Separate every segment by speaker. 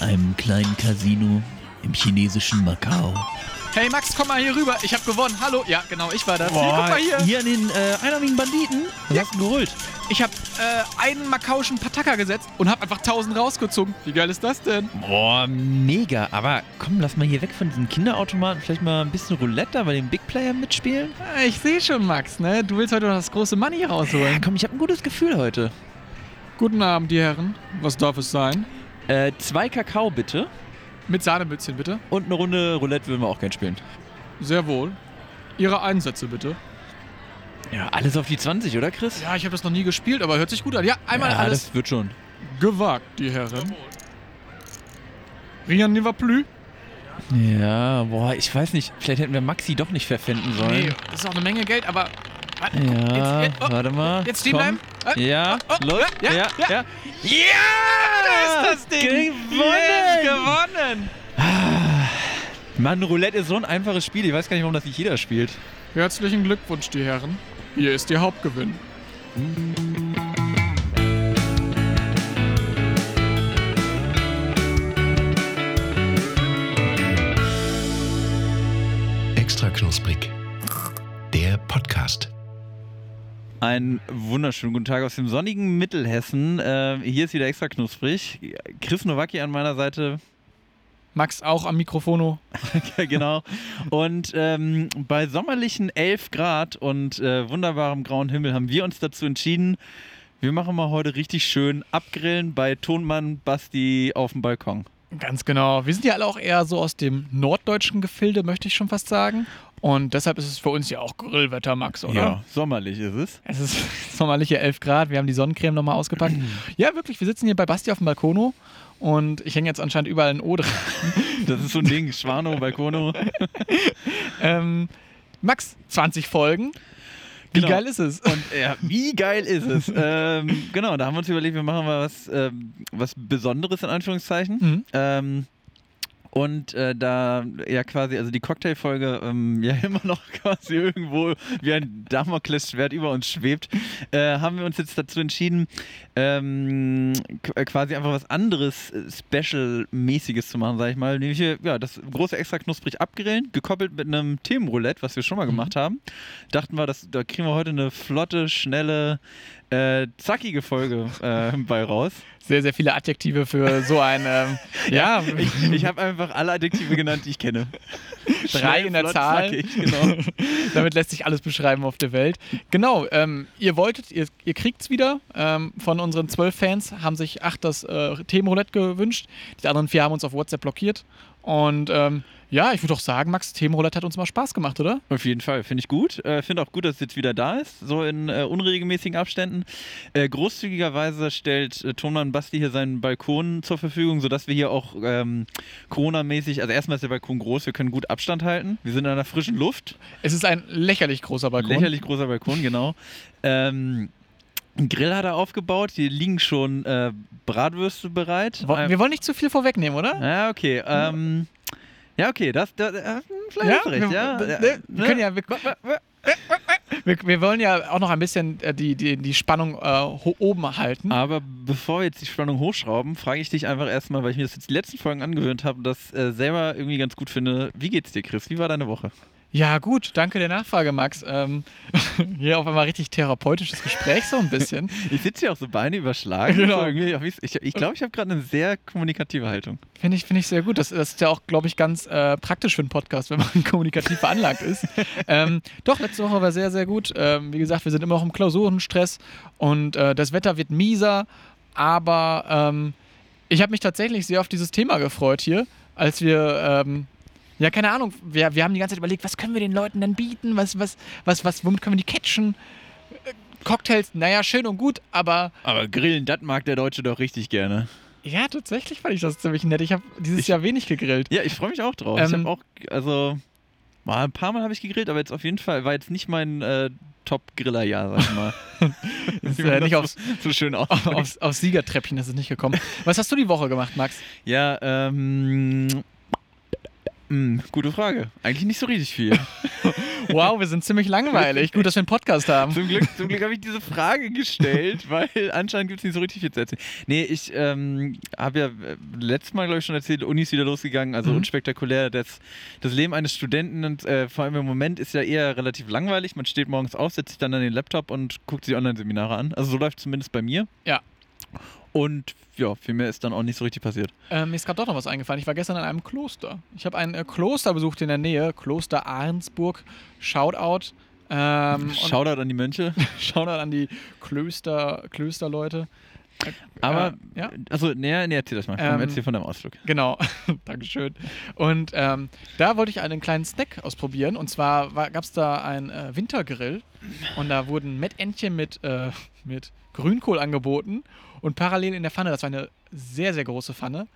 Speaker 1: einem kleinen Casino im chinesischen Macau.
Speaker 2: Hey Max, komm mal hier rüber. Ich habe gewonnen. Hallo. Ja, genau, ich war das. hier, guck
Speaker 1: Boah,
Speaker 2: mal hier.
Speaker 1: an den äh, einarmigen Banditen. Was hast du denn geholt?
Speaker 2: Ich habe äh, einen makauischen Pataka gesetzt und habe einfach 1000 rausgezogen. Wie geil ist das denn?
Speaker 1: Boah, mega. Aber komm, lass mal hier weg von diesen Kinderautomaten. Vielleicht mal ein bisschen Roulette da bei den Big Player mitspielen.
Speaker 2: Ah, Ich sehe schon, Max, ne? Du willst heute noch das große Money
Speaker 1: Ja,
Speaker 2: rausholen.
Speaker 1: komm, ich habe ein gutes Gefühl heute.
Speaker 2: Guten Abend, die Herren. Was darf es sein?
Speaker 1: Äh, zwei Kakao bitte.
Speaker 2: Mit Sahnemützchen, bitte.
Speaker 1: Und eine Runde Roulette würden wir auch gern spielen.
Speaker 2: Sehr wohl. Ihre Einsätze, bitte.
Speaker 1: Ja, alles auf die 20, oder Chris?
Speaker 2: Ja, ich habe das noch nie gespielt, aber hört sich gut an. Ja, einmal
Speaker 1: ja,
Speaker 2: alles
Speaker 1: das wird schon.
Speaker 2: gewagt, die Herren. Rien ne va plus.
Speaker 1: Ja, boah, ich weiß nicht. Vielleicht hätten wir Maxi doch nicht verpfänden sollen.
Speaker 2: Nee, das ist auch eine Menge Geld, aber. Ah, guck,
Speaker 1: Ja,
Speaker 2: jetzt, jetzt, oh,
Speaker 1: warte mal.
Speaker 2: jetzt stehen
Speaker 1: Komm.
Speaker 2: bleiben. Ah,
Speaker 1: Ja,
Speaker 2: oh, oh,
Speaker 1: läuft.
Speaker 2: ja,
Speaker 1: Ja, ja.
Speaker 2: ja.
Speaker 1: ja.
Speaker 2: da ist das Ding. Yes,
Speaker 1: Gewonnen!
Speaker 2: gewonnen.
Speaker 1: Mann, Roulette ist so ein einfaches Spiel. Ich weiß gar nicht, warum das nicht jeder spielt.
Speaker 2: Herzlichen Glückwunsch, die Herren. Hier ist Ihr Hauptgewinn.
Speaker 3: Extra knusprig. Der Podcast.
Speaker 1: Einen wunderschönen guten Tag aus dem sonnigen Mittelhessen. Ähm, hier ist wieder extra knusprig. Chris Nowacki an meiner Seite,
Speaker 2: Max auch am Mikrofono.
Speaker 1: Ja, genau. Und ähm, bei sommerlichen 11 Grad und äh, wunderbarem grauen Himmel haben wir uns dazu entschieden, wir machen mal heute richtig schön Abgrillen bei Tonmann Basti auf dem Balkon.
Speaker 2: Ganz genau. Wir sind ja alle auch eher so aus dem norddeutschen Gefilde, möchte ich schon fast sagen. Und deshalb ist es für uns ja auch Grillwetter, Max, oder?
Speaker 1: sommerlich ist es.
Speaker 2: Es ist sommerliche 11 Grad, wir haben die Sonnencreme nochmal ausgepackt. ja, wirklich, wir sitzen hier bei Basti auf dem Balkono und ich hänge jetzt anscheinend überall ein O dran.
Speaker 1: Das ist so ein Ding, Schwano, Balkono.
Speaker 2: Ähm, Max, 20 Folgen. Wie
Speaker 1: Genau.
Speaker 2: geil ist es?
Speaker 1: Und ja, wie geil ist es? ähm, genau, da haben wir uns überlegt, wir machen mal was, ähm, was Besonderes in Anführungszeichen.
Speaker 2: Mhm.
Speaker 1: Ähm, und äh, da ja quasi, also die Cocktailfolge ähm, ja immer noch quasi irgendwo wie ein Damoklesschwert über uns schwebt, äh, haben wir uns jetzt dazu entschieden, ähm, qu- äh, quasi einfach was anderes äh, Special-mäßiges zu machen, sag ich mal. Nämlich äh, ja, das große extra knusprig abgrillen, gekoppelt mit einem Themenroulette, was wir schon mal gemacht haben. Dachten wir, das, da kriegen wir heute eine flotte, schnelle, äh, zackige Folge äh, bei raus.
Speaker 2: Sehr, sehr viele Adjektive für so ein, ähm, ja,
Speaker 1: Ich, ich habe einfach alle Adjektive genannt, die ich kenne.
Speaker 2: Drei in der
Speaker 1: flott,
Speaker 2: Zahl.
Speaker 1: Zackig, genau.
Speaker 2: Damit lässt sich alles beschreiben auf der Welt. Genau, ähm, ihr wolltet, ihr, ihr kriegt es wieder. Ähm, von unseren zwölf Fans haben sich acht das äh, Themenroulette gewünscht. Die anderen vier haben uns auf WhatsApp blockiert. Und ähm, ja, ich würde auch sagen, Max, Themenroulette hat uns mal Spaß gemacht, oder?
Speaker 1: Auf jeden Fall, finde ich gut. Äh, finde auch gut, dass es jetzt wieder da ist, so in äh, unregelmäßigen Abständen. Äh, großzügigerweise stellt äh, Tonmann Basti hier seinen Balkon zur Verfügung, sodass wir hier auch ähm, Corona-mäßig, also erstmal ist der Balkon groß, wir können gut Abstand halten. Wir sind in einer frischen Luft.
Speaker 2: Es ist ein lächerlich großer Balkon.
Speaker 1: Lächerlich großer Balkon, genau. Ähm, einen Grill hat er aufgebaut, hier liegen schon äh, Bratwürste bereit. Äh,
Speaker 2: Wo- Wir wollen nicht zu viel vorwegnehmen, oder?
Speaker 1: Ja, okay. Ähm, ja, okay, das, das äh, vielleicht hast du recht,
Speaker 2: wir,
Speaker 1: ja.
Speaker 2: wir-
Speaker 1: ja,
Speaker 2: wir können ja, wir, wir, wir wollen ja auch noch ein bisschen äh, die, die, die Spannung äh, ho- oben halten.
Speaker 1: Aber bevor wir jetzt die Spannung hochschrauben, frage ich dich einfach erstmal, weil ich mir das jetzt die letzten Folgen angewöhnt habe und das äh, selber irgendwie ganz gut finde. Wie geht's dir, Chris? Wie war deine Woche?
Speaker 2: Ja, gut, danke der Nachfrage, Max. Ähm, hier auf einmal richtig therapeutisches Gespräch, so ein bisschen.
Speaker 1: Ich sitze hier auch so Beine überschlagen.
Speaker 2: Genau.
Speaker 1: So irgendwie, hab ich's- ich glaube, ich, glaub, ich habe gerade eine sehr kommunikative Haltung.
Speaker 2: Finde ich, finde ich sehr gut. Das, das ist ja auch, glaube ich, ganz äh, praktisch für einen Podcast, wenn man kommunikativ veranlagt ist. Ähm, doch, letzte Woche war sehr, sehr gut. Ähm, wie gesagt, wir sind immer noch im Klausurenstress und äh, das Wetter wird mieser, aber ähm, ich habe mich tatsächlich sehr auf dieses Thema gefreut hier, als wir. Ähm, ja, keine Ahnung. Wir, wir haben die ganze Zeit überlegt, was können wir den Leuten denn bieten? Was, was, was, was, womit können wir die catchen? Äh, Cocktails, naja, schön und gut, aber
Speaker 1: Aber grillen, das mag der Deutsche doch richtig gerne.
Speaker 2: ja, tatsächlich fand ich das ziemlich nett. Ich habe dieses
Speaker 1: Ich-
Speaker 2: Jahr wenig gegrillt.
Speaker 1: Ja, ich freue mich auch drauf. ich
Speaker 2: Ähm.
Speaker 1: habe auch, also, mal ein paar Mal habe ich gegrillt, aber jetzt auf jeden Fall war jetzt nicht mein äh, Top-Griller-Jahr, sag ich mal.
Speaker 2: Ist,
Speaker 1: Wie man
Speaker 2: äh, nicht
Speaker 1: das
Speaker 2: aufs,
Speaker 1: so schön aus.
Speaker 2: aufs, aufs Siegertreppchen ist es nicht gekommen. Was hast du die Woche gemacht, Max?
Speaker 1: Ja, ähm. Hm, gute Frage. Eigentlich nicht so richtig viel.
Speaker 2: Wow, wir sind ziemlich langweilig. Gut, dass wir einen Podcast haben.
Speaker 1: Zum Glück, zum Glück habe ich diese Frage gestellt, weil anscheinend gibt es nicht so richtig viel zu erzählen. Nee, ich ähm, habe ja äh, letztes Mal, glaube ich, schon erzählt, Uni ist wieder losgegangen, also
Speaker 2: Mhm.
Speaker 1: unspektakulär. Das, das Leben eines Studenten und äh, vor allem im Moment ist ja eher relativ langweilig. Man steht morgens auf, setzt sich dann an den Laptop und guckt sich Online-Seminare an. Also so läuft zumindest bei mir.
Speaker 2: Ja.
Speaker 1: Und ja, viel mehr ist dann auch nicht so richtig passiert.
Speaker 2: Ähm, mir ist gerade doch noch was eingefallen. Ich war gestern in einem Kloster. Ich habe ein äh, Kloster besucht in der Nähe, Kloster Ahrensburg. Shoutout. Ähm, und-
Speaker 1: Shoutout an die Mönche.
Speaker 2: Shoutout an die Klöster, Klösterleute. Äh,
Speaker 1: Aber,
Speaker 2: äh, ja,
Speaker 1: also, nee, nee, erzähl das mal.
Speaker 2: Ähm,
Speaker 1: Komm, erzähl von deinem Ausflug.
Speaker 2: genau. Dankeschön. Und ähm, da wollte ich einen kleinen Snack ausprobieren. Und zwar gab es da einen äh, Wintergrill. Und da wurden Mettentchen mit, äh, mit Grünkohl angeboten. Und parallel in der Pfanne, das war eine sehr, sehr große Pfanne.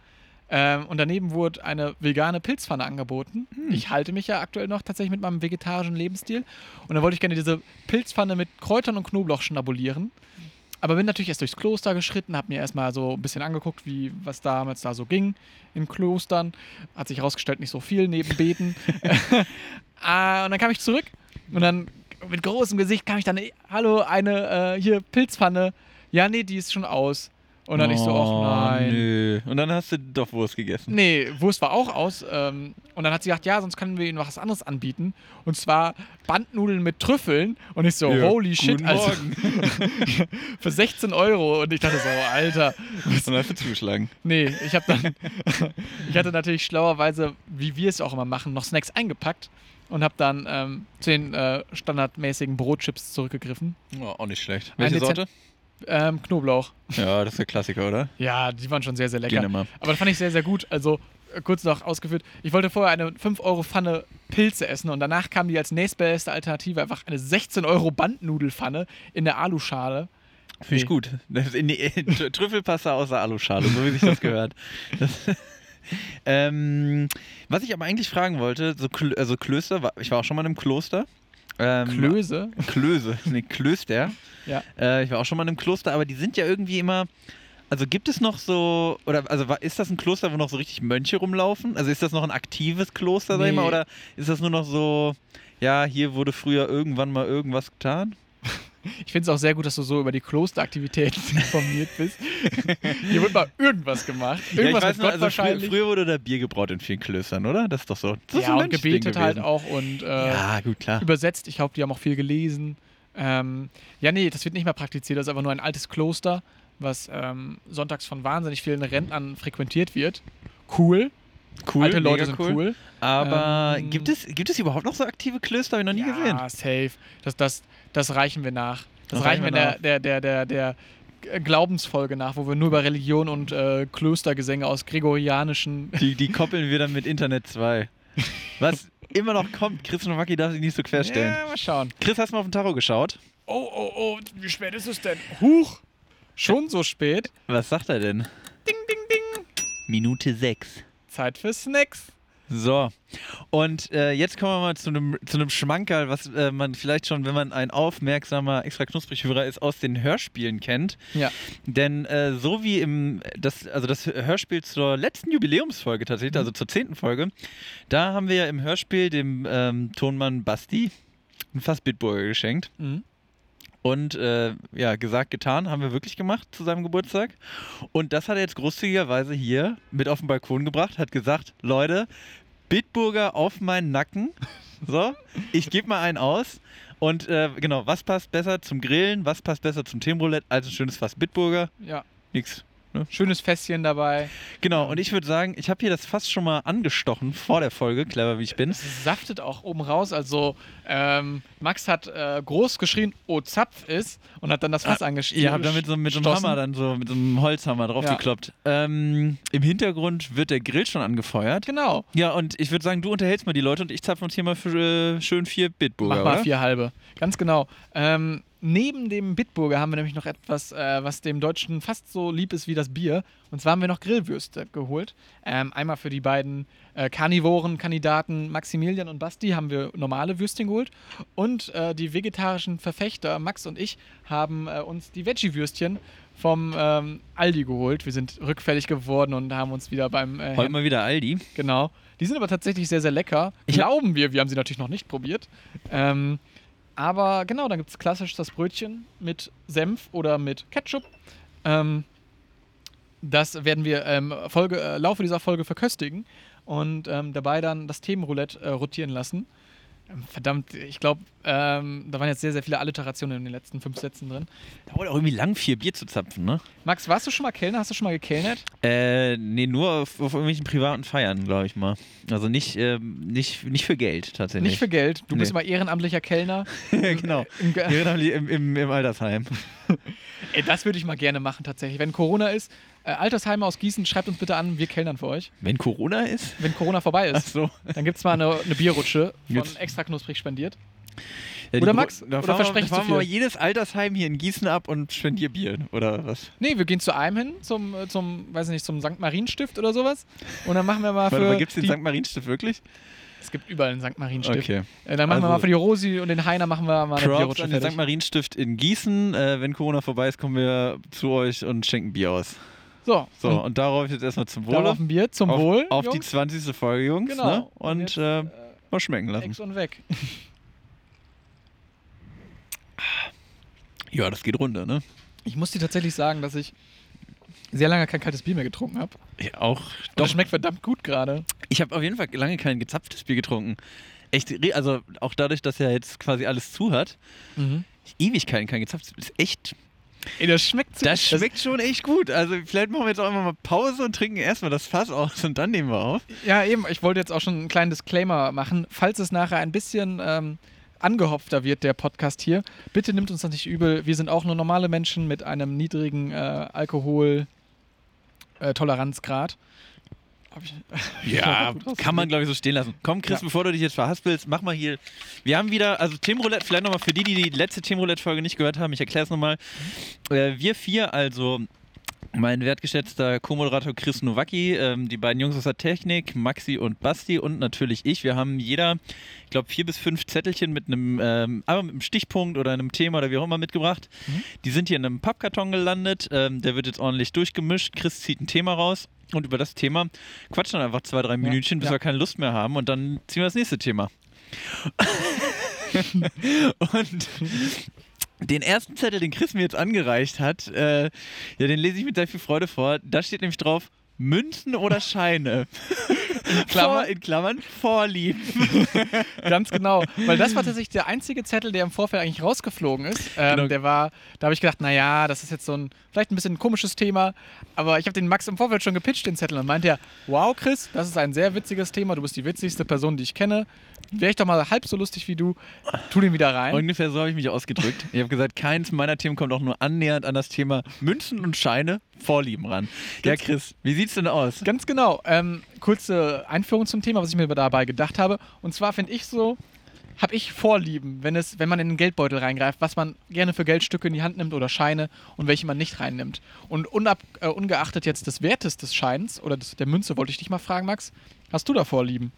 Speaker 2: Ähm, und daneben wurde eine vegane Pilzpfanne angeboten. Ich halte mich ja aktuell noch tatsächlich mit meinem vegetarischen Lebensstil. Und dann wollte ich gerne diese Pilzpfanne mit Kräutern und Knoblauch schnabulieren. Aber bin natürlich erst durchs Kloster geschritten, habe mir erstmal so ein bisschen angeguckt, wie was damals da so ging in Klostern. Hat sich herausgestellt, nicht so viel neben Beten. ah, und dann kam ich zurück und dann mit großem Gesicht kam ich dann, "Ey, hallo, eine äh, hier Pilzpfanne. Ja, nee, die ist schon aus. Und dann ich so, ach nein.
Speaker 1: Oh, Nö. Und dann hast du doch Wurst gegessen.
Speaker 2: Nee, Wurst war auch aus. Ähm, und dann hat sie gesagt, ja, sonst können wir ihnen noch was anderes anbieten. Und zwar Bandnudeln mit Trüffeln. Und ich so,
Speaker 1: Ja,
Speaker 2: holy shit,
Speaker 1: guten
Speaker 2: also
Speaker 1: Morgen.
Speaker 2: für 16 Euro. Und ich dachte so, oh, Alter.
Speaker 1: Und dann hast du zugeschlagen.
Speaker 2: Nee, ich habe dann, ich hatte natürlich schlauerweise, wie wir es auch immer machen, noch Snacks eingepackt. Und habe dann ähm, zu den äh, standardmäßigen Brotchips zurückgegriffen.
Speaker 1: auch nicht schlecht.
Speaker 2: Welche
Speaker 1: Welche
Speaker 2: Eine Sorte?
Speaker 1: Sorte?
Speaker 2: Ähm, Knoblauch.
Speaker 1: Ja, das ist der Klassiker, oder?
Speaker 2: Ja, die waren schon sehr, sehr lecker.
Speaker 1: Gehen immer.
Speaker 2: Aber das fand ich sehr, sehr gut. Also äh, kurz noch ausgeführt. Ich wollte vorher eine 5-Euro-Pfanne Pilze essen und danach kam die als nächstbeste Alternative einfach eine 16-Euro-Bandnudelfanne in der Aluschale.
Speaker 1: Finde ich
Speaker 2: Nee.
Speaker 1: gut. Das ist in die, Tr- Trüffelpasta aus der Aluschale, so wie sich das gehört. Das, ähm, was ich aber eigentlich fragen wollte, so Kl also Klöster, war- ich war auch schon mal in einem Kloster. Ähm,
Speaker 2: Klöße.
Speaker 1: Klöse, nee, Klöster.
Speaker 2: Ja.
Speaker 1: Äh, ich war auch schon mal in einem Kloster, aber die sind ja irgendwie immer. Also gibt es noch so, oder also wa- ist das ein Kloster, wo noch so richtig Mönche rumlaufen? Also ist das noch ein aktives Kloster, sag ich mal,
Speaker 2: Nee.
Speaker 1: oder ist das nur noch so, ja, hier wurde früher irgendwann mal irgendwas getan?
Speaker 2: Ich finde es auch sehr gut, dass du so über die Klosteraktivitäten informiert bist. Hier wird mal irgendwas gemacht.
Speaker 1: ja,
Speaker 2: Irgendwas
Speaker 1: ich weiß
Speaker 2: mit
Speaker 1: nur, also
Speaker 2: Gott
Speaker 1: frü
Speaker 2: wahrscheinlich.
Speaker 1: früher wurde da Bier gebraut in vielen Klöstern, oder? Das ist doch so. Das ist
Speaker 2: ja,
Speaker 1: ein
Speaker 2: und
Speaker 1: Mönchding
Speaker 2: gebetet halt
Speaker 1: gewesen.
Speaker 2: auch und äh,
Speaker 1: Ja, gut, klar.
Speaker 2: übersetzt. Ich glaube, die haben auch viel gelesen. Ähm, ja, nee, das wird nicht mehr praktiziert. Das ist einfach nur ein altes Kloster, was ähm, sonntags von wahnsinnig vielen Rentnern frequentiert wird. Cool.
Speaker 1: Cool,
Speaker 2: Alte Leute
Speaker 1: mega
Speaker 2: sind
Speaker 1: cool.
Speaker 2: cool.
Speaker 1: Aber
Speaker 2: Ähm,
Speaker 1: gibt, es, gibt es überhaupt noch so aktive Klöster? Habe ich noch nie
Speaker 2: ja,
Speaker 1: gesehen.
Speaker 2: safe. Das, das, das reichen wir nach. Das,
Speaker 1: Das
Speaker 2: reichen wir
Speaker 1: reichen
Speaker 2: der, der, der, der, der Glaubensfolge nach, wo wir nur über Religion und äh, Klöstergesänge aus gregorianischen.
Speaker 1: Die, die koppeln wir dann mit Internet 2. Was immer noch kommt, Chris Nowacki darf sich nicht so querstellen.
Speaker 2: Ja, mal schauen.
Speaker 1: Chris, hast du mal auf den Tarot geschaut?
Speaker 2: Oh, oh, oh, wie spät ist es denn? Huch! Schon so spät?
Speaker 1: Was sagt er denn?
Speaker 2: Ding, ding, ding.
Speaker 1: Minute 6.
Speaker 2: Zeit für Snacks.
Speaker 1: So, und äh, jetzt kommen wir mal zu einem zu einem Schmankerl, was äh, man vielleicht schon, wenn man ein aufmerksamer, extra knusprig Hörer ist, aus den Hörspielen kennt.
Speaker 2: Ja.
Speaker 1: Denn äh, so wie im das, also das Hörspiel zur letzten Jubiläumsfolge tatsächlich, also zur zehnten Folge, da haben wir ja im Hörspiel dem ähm, Tonmann Basti einen Fassbitburger geschenkt.
Speaker 2: Mhm.
Speaker 1: Und äh, ja, gesagt, getan, haben wir wirklich gemacht zu seinem Geburtstag. Und das hat er jetzt großzügigerweise hier mit auf den Balkon gebracht, hat gesagt, Leute, Bitburger auf meinen Nacken. So, ich gebe mal einen aus. Und äh, genau, was passt besser zum Grillen, was passt besser zum Themenroulette als ein schönes Fass Bitburger?
Speaker 2: Ja.
Speaker 1: Nix.
Speaker 2: Schönes Fässchen dabei.
Speaker 1: Genau, und ich würde sagen, ich habe hier das Fass schon mal angestochen vor der Folge, clever wie ich bin.
Speaker 2: Es saftet auch oben raus. Also, ähm, Max hat äh, groß geschrien, oh, Zapf ist, und hat dann das Fass angeschrieben.
Speaker 1: Ah, Ihr habt da mit so, mit so einem Hammer dann so, mit so einem Holzhammer drauf
Speaker 2: Ja.
Speaker 1: gekloppt. Ähm, Im Hintergrund wird der Grill schon angefeuert.
Speaker 2: Genau.
Speaker 1: Ja, und ich würde sagen, du unterhältst mal die Leute und ich zapfe uns hier mal für, äh, schön vier Bitburger.
Speaker 2: Mach mal
Speaker 1: oder?
Speaker 2: vier halbe. Ganz genau. Ähm, neben dem Bitburger haben wir nämlich noch etwas, äh, was dem Deutschen fast so lieb ist wie das Bier. Und zwar haben wir noch Grillwürste geholt. Ähm, einmal für die beiden äh, Karnivoren-Kandidaten Maximilian und Basti haben wir normale Würstchen geholt. Und äh, die vegetarischen Verfechter Max und ich haben äh, uns die Veggie-Würstchen vom ähm, Aldi geholt. Wir sind rückfällig geworden und haben uns wieder beim äh,
Speaker 1: Heute mal wieder Aldi.
Speaker 2: Genau. Die sind aber tatsächlich sehr, sehr lecker.
Speaker 1: Ich hab-
Speaker 2: Glauben wir, wir haben sie natürlich noch nicht probiert. Ähm, aber genau, dann gibt es klassisch das Brötchen mit Senf oder mit Ketchup. Ähm, das werden wir ähm, Folge, äh, Laufe dieser Folge verköstigen und ähm, dabei dann das Themenroulette äh, rotieren lassen. Ähm, Verdammt, ich glaube, ähm, da waren jetzt sehr, sehr viele Alliterationen in den letzten fünf Sätzen drin.
Speaker 1: Dauert auch irgendwie lang, vier Bier zu zapfen, ne?
Speaker 2: Max, warst du schon mal Kellner? Hast du schon mal gekellnert?
Speaker 1: Äh, nee, nur auf, auf irgendwelchen privaten Feiern, glaube ich mal. Also nicht, ähm, nicht, nicht für Geld tatsächlich.
Speaker 2: Nicht für Geld. Du bist
Speaker 1: Nee.
Speaker 2: immer ehrenamtlicher Kellner.
Speaker 1: genau.
Speaker 2: Im Ge-
Speaker 1: Ehrenamtlich im, im, im Altersheim.
Speaker 2: Ey, Äh, das würde ich mal gerne machen tatsächlich. Wenn Corona ist, äh, Altersheime aus Gießen, schreibt uns bitte an, wir kellnern für euch.
Speaker 1: Wenn Corona ist?
Speaker 2: Wenn Corona vorbei
Speaker 1: Ach
Speaker 2: ist,
Speaker 1: so.
Speaker 2: dann gibt es mal eine, eine Bierrutsche von
Speaker 1: Gibt's.
Speaker 2: extra knusprig spendiert.
Speaker 1: Ja, die
Speaker 2: Oder
Speaker 1: Gro-
Speaker 2: Max,
Speaker 1: da
Speaker 2: oder
Speaker 1: fahren wir-
Speaker 2: verspreche ich
Speaker 1: da
Speaker 2: zu
Speaker 1: fahren wir
Speaker 2: viel?
Speaker 1: jedes Altersheim hier in Gießen ab und spendier Bier, oder was?
Speaker 2: Nee, wir gehen zu einem hin, zum, äh, zum weiß ich nicht, zum St. Marienstift oder sowas. Und dann machen wir mal für.
Speaker 1: Warte mal, gibt's den
Speaker 2: die-
Speaker 1: St. Marienstift wirklich?
Speaker 2: es gibt überall einen St. Marienstift.
Speaker 1: Okay.
Speaker 2: Äh, dann machen wir
Speaker 1: Also-
Speaker 2: mal für die Rosi und den Heiner machen wir mal eine
Speaker 1: Props
Speaker 2: Bierrutsche
Speaker 1: an den
Speaker 2: fertig.
Speaker 1: St. Marienstift in Gießen. Äh, wenn Corona vorbei ist, kommen wir zu euch und schenken Bier aus.
Speaker 2: so,
Speaker 1: So,
Speaker 2: und
Speaker 1: und, darauf jetzt erstmal zum Wohle.
Speaker 2: da auf ein Bier zum
Speaker 1: auf,
Speaker 2: Wohl.
Speaker 1: Auf die
Speaker 2: Jungs.
Speaker 1: 20. Folge, Jungs.
Speaker 2: Genau.
Speaker 1: Ne?
Speaker 2: Und
Speaker 1: Und,
Speaker 2: jetzt,
Speaker 1: äh,
Speaker 2: äh,
Speaker 1: mal schmecken lassen.
Speaker 2: Ex und weg.
Speaker 1: Ja, das geht runter, ne?
Speaker 2: Ich muss dir tatsächlich sagen, dass ich sehr lange kein kaltes Bier mehr getrunken habe.
Speaker 1: Ja, auch.
Speaker 2: Doch, schmeckt verdammt gut gerade.
Speaker 1: Ich habe auf jeden Fall lange kein gezapftes Bier getrunken. Echt, re- also auch dadurch, dass er jetzt quasi alles zu hat,
Speaker 2: Mhm.
Speaker 1: ich ewig kein, kein gezapftes Bier. Ist echt.
Speaker 2: Ey, das schmeckt so
Speaker 1: Das schmeckt schon echt gut. Also vielleicht machen wir jetzt auch einfach mal Pause und trinken erstmal das Fass aus und dann nehmen wir auf.
Speaker 2: Ja, eben. Ich wollte jetzt auch schon einen kleinen Disclaimer machen. Falls es nachher ein bisschen ähm, angehopfter wird, der Podcast hier, bitte nimmt uns das nicht übel. Wir sind auch nur normale Menschen mit einem niedrigen äh, Alkohol-Toleranzgrad. Hab ich-
Speaker 1: Ja, kann man, glaube ich, so stehen lassen. Komm, Chris,
Speaker 2: Ja.
Speaker 1: bevor du dich jetzt verhaspelst, mach mal hier. Wir haben wieder, also Themenroulette, vielleicht nochmal für die, die die letzte Themenroulette-Folge nicht gehört haben, ich erkläre es nochmal. Äh, wir vier, also mein wertgeschätzter Co-Moderator Chris Nowacki, ähm, die beiden Jungs aus der Technik, Maxi und Basti und natürlich ich. Wir haben jeder, ich glaube, vier bis fünf Zettelchen mit einem, ähm, aber mit einem Stichpunkt oder einem Thema oder wie auch immer mitgebracht.
Speaker 2: Mhm.
Speaker 1: Die sind hier in einem Pappkarton gelandet. Ähm, der wird jetzt ordentlich durchgemischt. Chris zieht ein Thema raus und über das Thema quatschen dann einfach zwei, drei Minütchen, bis
Speaker 2: ja.
Speaker 1: wir keine Lust mehr haben und dann ziehen wir das nächste Thema. und den ersten Zettel, den Chris mir jetzt angereicht hat, äh, ja, den lese ich mit sehr viel Freude vor. Da steht nämlich drauf. Münzen oder Scheine? In
Speaker 2: Klammern?
Speaker 1: Vor, in Klammern Vorlieben.
Speaker 2: Ganz genau. Weil das war tatsächlich der einzige Zettel, der im Vorfeld eigentlich rausgeflogen ist. Ähm,
Speaker 1: Genau.
Speaker 2: Der war, da habe ich gedacht, naja, das ist jetzt so ein, vielleicht ein bisschen ein komisches Thema. Aber ich habe den Max im Vorfeld schon gepitcht, den Zettel. Und meinte er, wow, Chris, das ist ein sehr witziges Thema. Du bist die witzigste Person, die ich kenne. Wäre ich doch mal halb so lustig wie du. Tu den wieder rein.
Speaker 1: Ungefähr so habe ich mich ausgedrückt. Ich habe gesagt, keins meiner Themen kommt auch nur annähernd an das Thema Münzen und Scheine Vorlieben ran. Ja, Chris, wie sieht's denn aus?
Speaker 2: Ganz genau. Ähm, kurze Einführung zum Thema, was ich mir dabei gedacht habe. Und zwar finde ich so, habe ich Vorlieben, wenn, es, wenn man in den Geldbeutel reingreift, was man gerne für Geldstücke in die Hand nimmt oder Scheine und welche man nicht reinnimmt. Und unab, äh, ungeachtet jetzt des Wertes des Scheins oder des, der Münze, wollte ich dich mal fragen, Max, hast du da Vorlieben?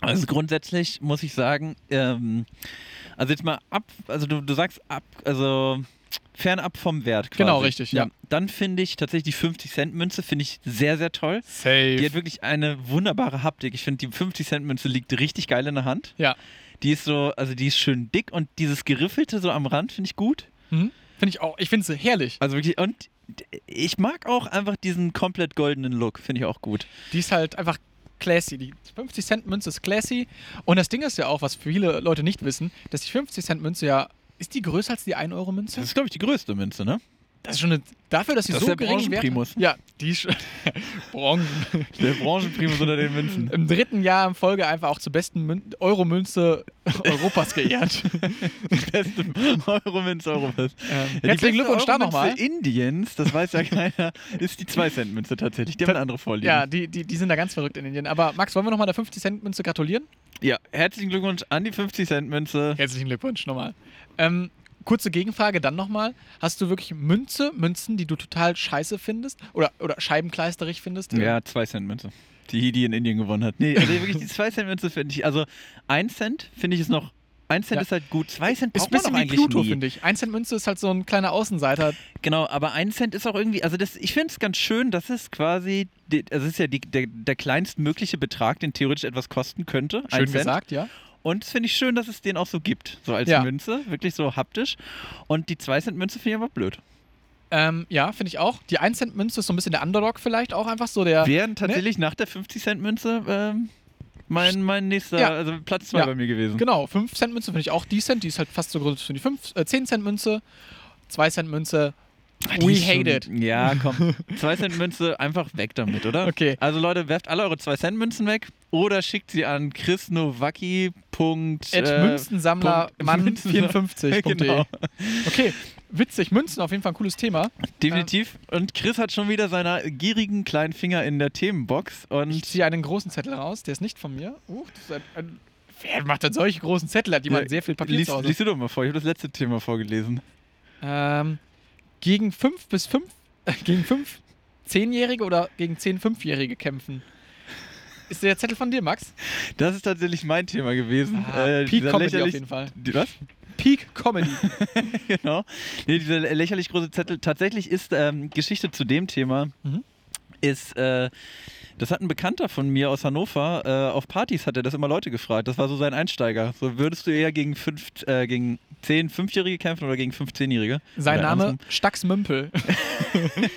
Speaker 1: Also grundsätzlich muss ich sagen, ähm, also jetzt mal ab, also du, du sagst ab, also fernab vom Wert quasi.
Speaker 2: Genau, richtig, ja.
Speaker 1: Dann finde ich tatsächlich die 50-Cent-Münze, finde ich sehr, sehr toll. Die
Speaker 2: Safe.
Speaker 1: hat wirklich eine wunderbare Haptik. Ich finde, die 50-Cent-Münze liegt richtig geil in der Hand.
Speaker 2: Ja.
Speaker 1: Die ist so, also die ist schön dick und dieses Geriffelte so am Rand finde ich gut.
Speaker 2: Mhm. Finde ich auch. Ich finde es herrlich.
Speaker 1: Also wirklich, und ich mag auch einfach diesen komplett goldenen Look, finde ich auch gut.
Speaker 2: Die ist halt einfach classy. Die 50 Cent Münze ist classy. Und das Ding ist ja auch, was viele Leute nicht wissen, dass die 50 Cent Münze ja. Ist die größer als die 1 Euro Münze?
Speaker 1: Das ist, glaube ich, die größte Münze, ne?
Speaker 2: Das ist schon eine, dafür, dass sie
Speaker 1: Das
Speaker 2: so
Speaker 1: ist der
Speaker 2: gering
Speaker 1: Branchenprimus.
Speaker 2: Ja, die ist schon- Branchen.
Speaker 1: Der Branchenprimus unter den Münzen.
Speaker 2: Im dritten Jahr in Folge einfach auch zur besten Mün Euro-Münze Europas geehrt.
Speaker 1: Beste Euro-Münze Europas.
Speaker 2: Ähm,
Speaker 1: Ja, die beste
Speaker 2: herzlichen Glückwunsch da
Speaker 1: Euro-Münze
Speaker 2: nochmal.
Speaker 1: Indiens, das weiß ja keiner, ist die 2-Cent-Münze tatsächlich. Die haben eine andere Vorliebe.
Speaker 2: Ja, die, die, die sind da ganz verrückt in Indien. Aber Max, wollen wir nochmal der 50-Cent-Münze gratulieren?
Speaker 1: ja, herzlichen Glückwunsch an die 50-Cent-Münze.
Speaker 2: Herzlichen Glückwunsch nochmal. Ähm, kurze Gegenfrage dann nochmal. Hast du wirklich Münze, Münzen, die du total scheiße findest? Oder, oder scheibenkleisterig findest?
Speaker 1: Ja, 2-Cent-Münze. Die, die in Indien gewonnen hat. Nee, also wirklich die 2-Cent-Münze finde ich, also 1 Cent finde ich ist noch 1 Cent
Speaker 2: Ja.
Speaker 1: ist halt gut. 2 Cent
Speaker 2: Ist
Speaker 1: braucht man doch
Speaker 2: ein bisschen wie
Speaker 1: eigentlich
Speaker 2: Pluto,
Speaker 1: nie.
Speaker 2: finde ich. 1 Cent Münze ist halt so ein kleiner Außenseiter.
Speaker 1: Genau, aber 1 Cent ist auch irgendwie, also das, ich finde es ganz schön, dass es quasi, die- also es ist ja die, der, der kleinstmögliche Betrag, den theoretisch etwas kosten könnte.
Speaker 2: Schön
Speaker 1: 1 Cent.
Speaker 2: gesagt, ja.
Speaker 1: Und das finde ich schön, dass es den auch so gibt, so als
Speaker 2: Ja.
Speaker 1: Münze, wirklich so haptisch. Und die 2 Cent Münze finde ich aber blöd.
Speaker 2: Ähm, ja, finde ich auch. Die 1 Cent Münze ist so ein bisschen der Underdog vielleicht auch einfach so der.
Speaker 1: Wären tatsächlich nach der 50 Cent Münze ähm, mein, mein nächster,
Speaker 2: Ja.
Speaker 1: also Platz 2
Speaker 2: Ja.
Speaker 1: bei mir gewesen.
Speaker 2: Genau, 5 Cent Münze finde ich auch decent. Die ist halt fast so groß wie die 5, äh, 10 Cent Münze. 2 Cent Münze.
Speaker 1: Die
Speaker 2: We
Speaker 1: ist schon-
Speaker 2: hate it.
Speaker 1: Ja, komm. 2 Cent Münze, einfach weg damit, oder?
Speaker 2: Okay.
Speaker 1: Also Leute, werft alle eure 2 Cent Münzen weg oder schickt sie an chrisnowacki.
Speaker 2: At Münzensammler
Speaker 1: Punkt.
Speaker 2: Mann54.de.
Speaker 1: Genau.
Speaker 2: E. Okay, witzig. Münzen auf jeden Fall ein cooles Thema.
Speaker 1: Definitiv. Und Chris hat schon wieder seine gierigen kleinen Finger in der Themenbox.
Speaker 2: Ich
Speaker 1: Und
Speaker 2: ziehe einen großen Zettel raus, der ist nicht von mir. Uh, das ist ein, ein, wer macht denn solche großen Zettel? Hat jemand
Speaker 1: Ja,
Speaker 2: sehr viel Papier
Speaker 1: liest,
Speaker 2: zu Hause?
Speaker 1: liest du doch mal vor. Ich habe das letzte Thema vorgelesen.
Speaker 2: Ähm, gegen 5 bis 5, äh, gegen 5 10-Jährige oder gegen 10 5-Jährige kämpfen. Ist der Zettel von dir, Max?
Speaker 1: Das ist tatsächlich mein Thema gewesen.
Speaker 2: Ah,
Speaker 1: Äh,
Speaker 2: Peak
Speaker 1: dieser
Speaker 2: Comedy
Speaker 1: lächerlich-
Speaker 2: auf jeden Fall.
Speaker 1: Die, was?
Speaker 2: Peak Comedy.
Speaker 1: genau. Nee, dieser lächerlich große Zettel. Tatsächlich ist ähm, Geschichte zu dem Thema,
Speaker 2: Mhm.
Speaker 1: ist, äh, das hat ein Bekannter von mir aus Hannover, äh, auf Partys hat er das immer Leute gefragt. Das war so sein Einsteiger. So würdest du eher gegen, fünf, äh, gegen 10, 5-Jährige kämpfen oder gegen 15-Jährige?
Speaker 2: Sein
Speaker 1: Oder
Speaker 2: Name
Speaker 1: andersrum.
Speaker 2: Stax Mümpel.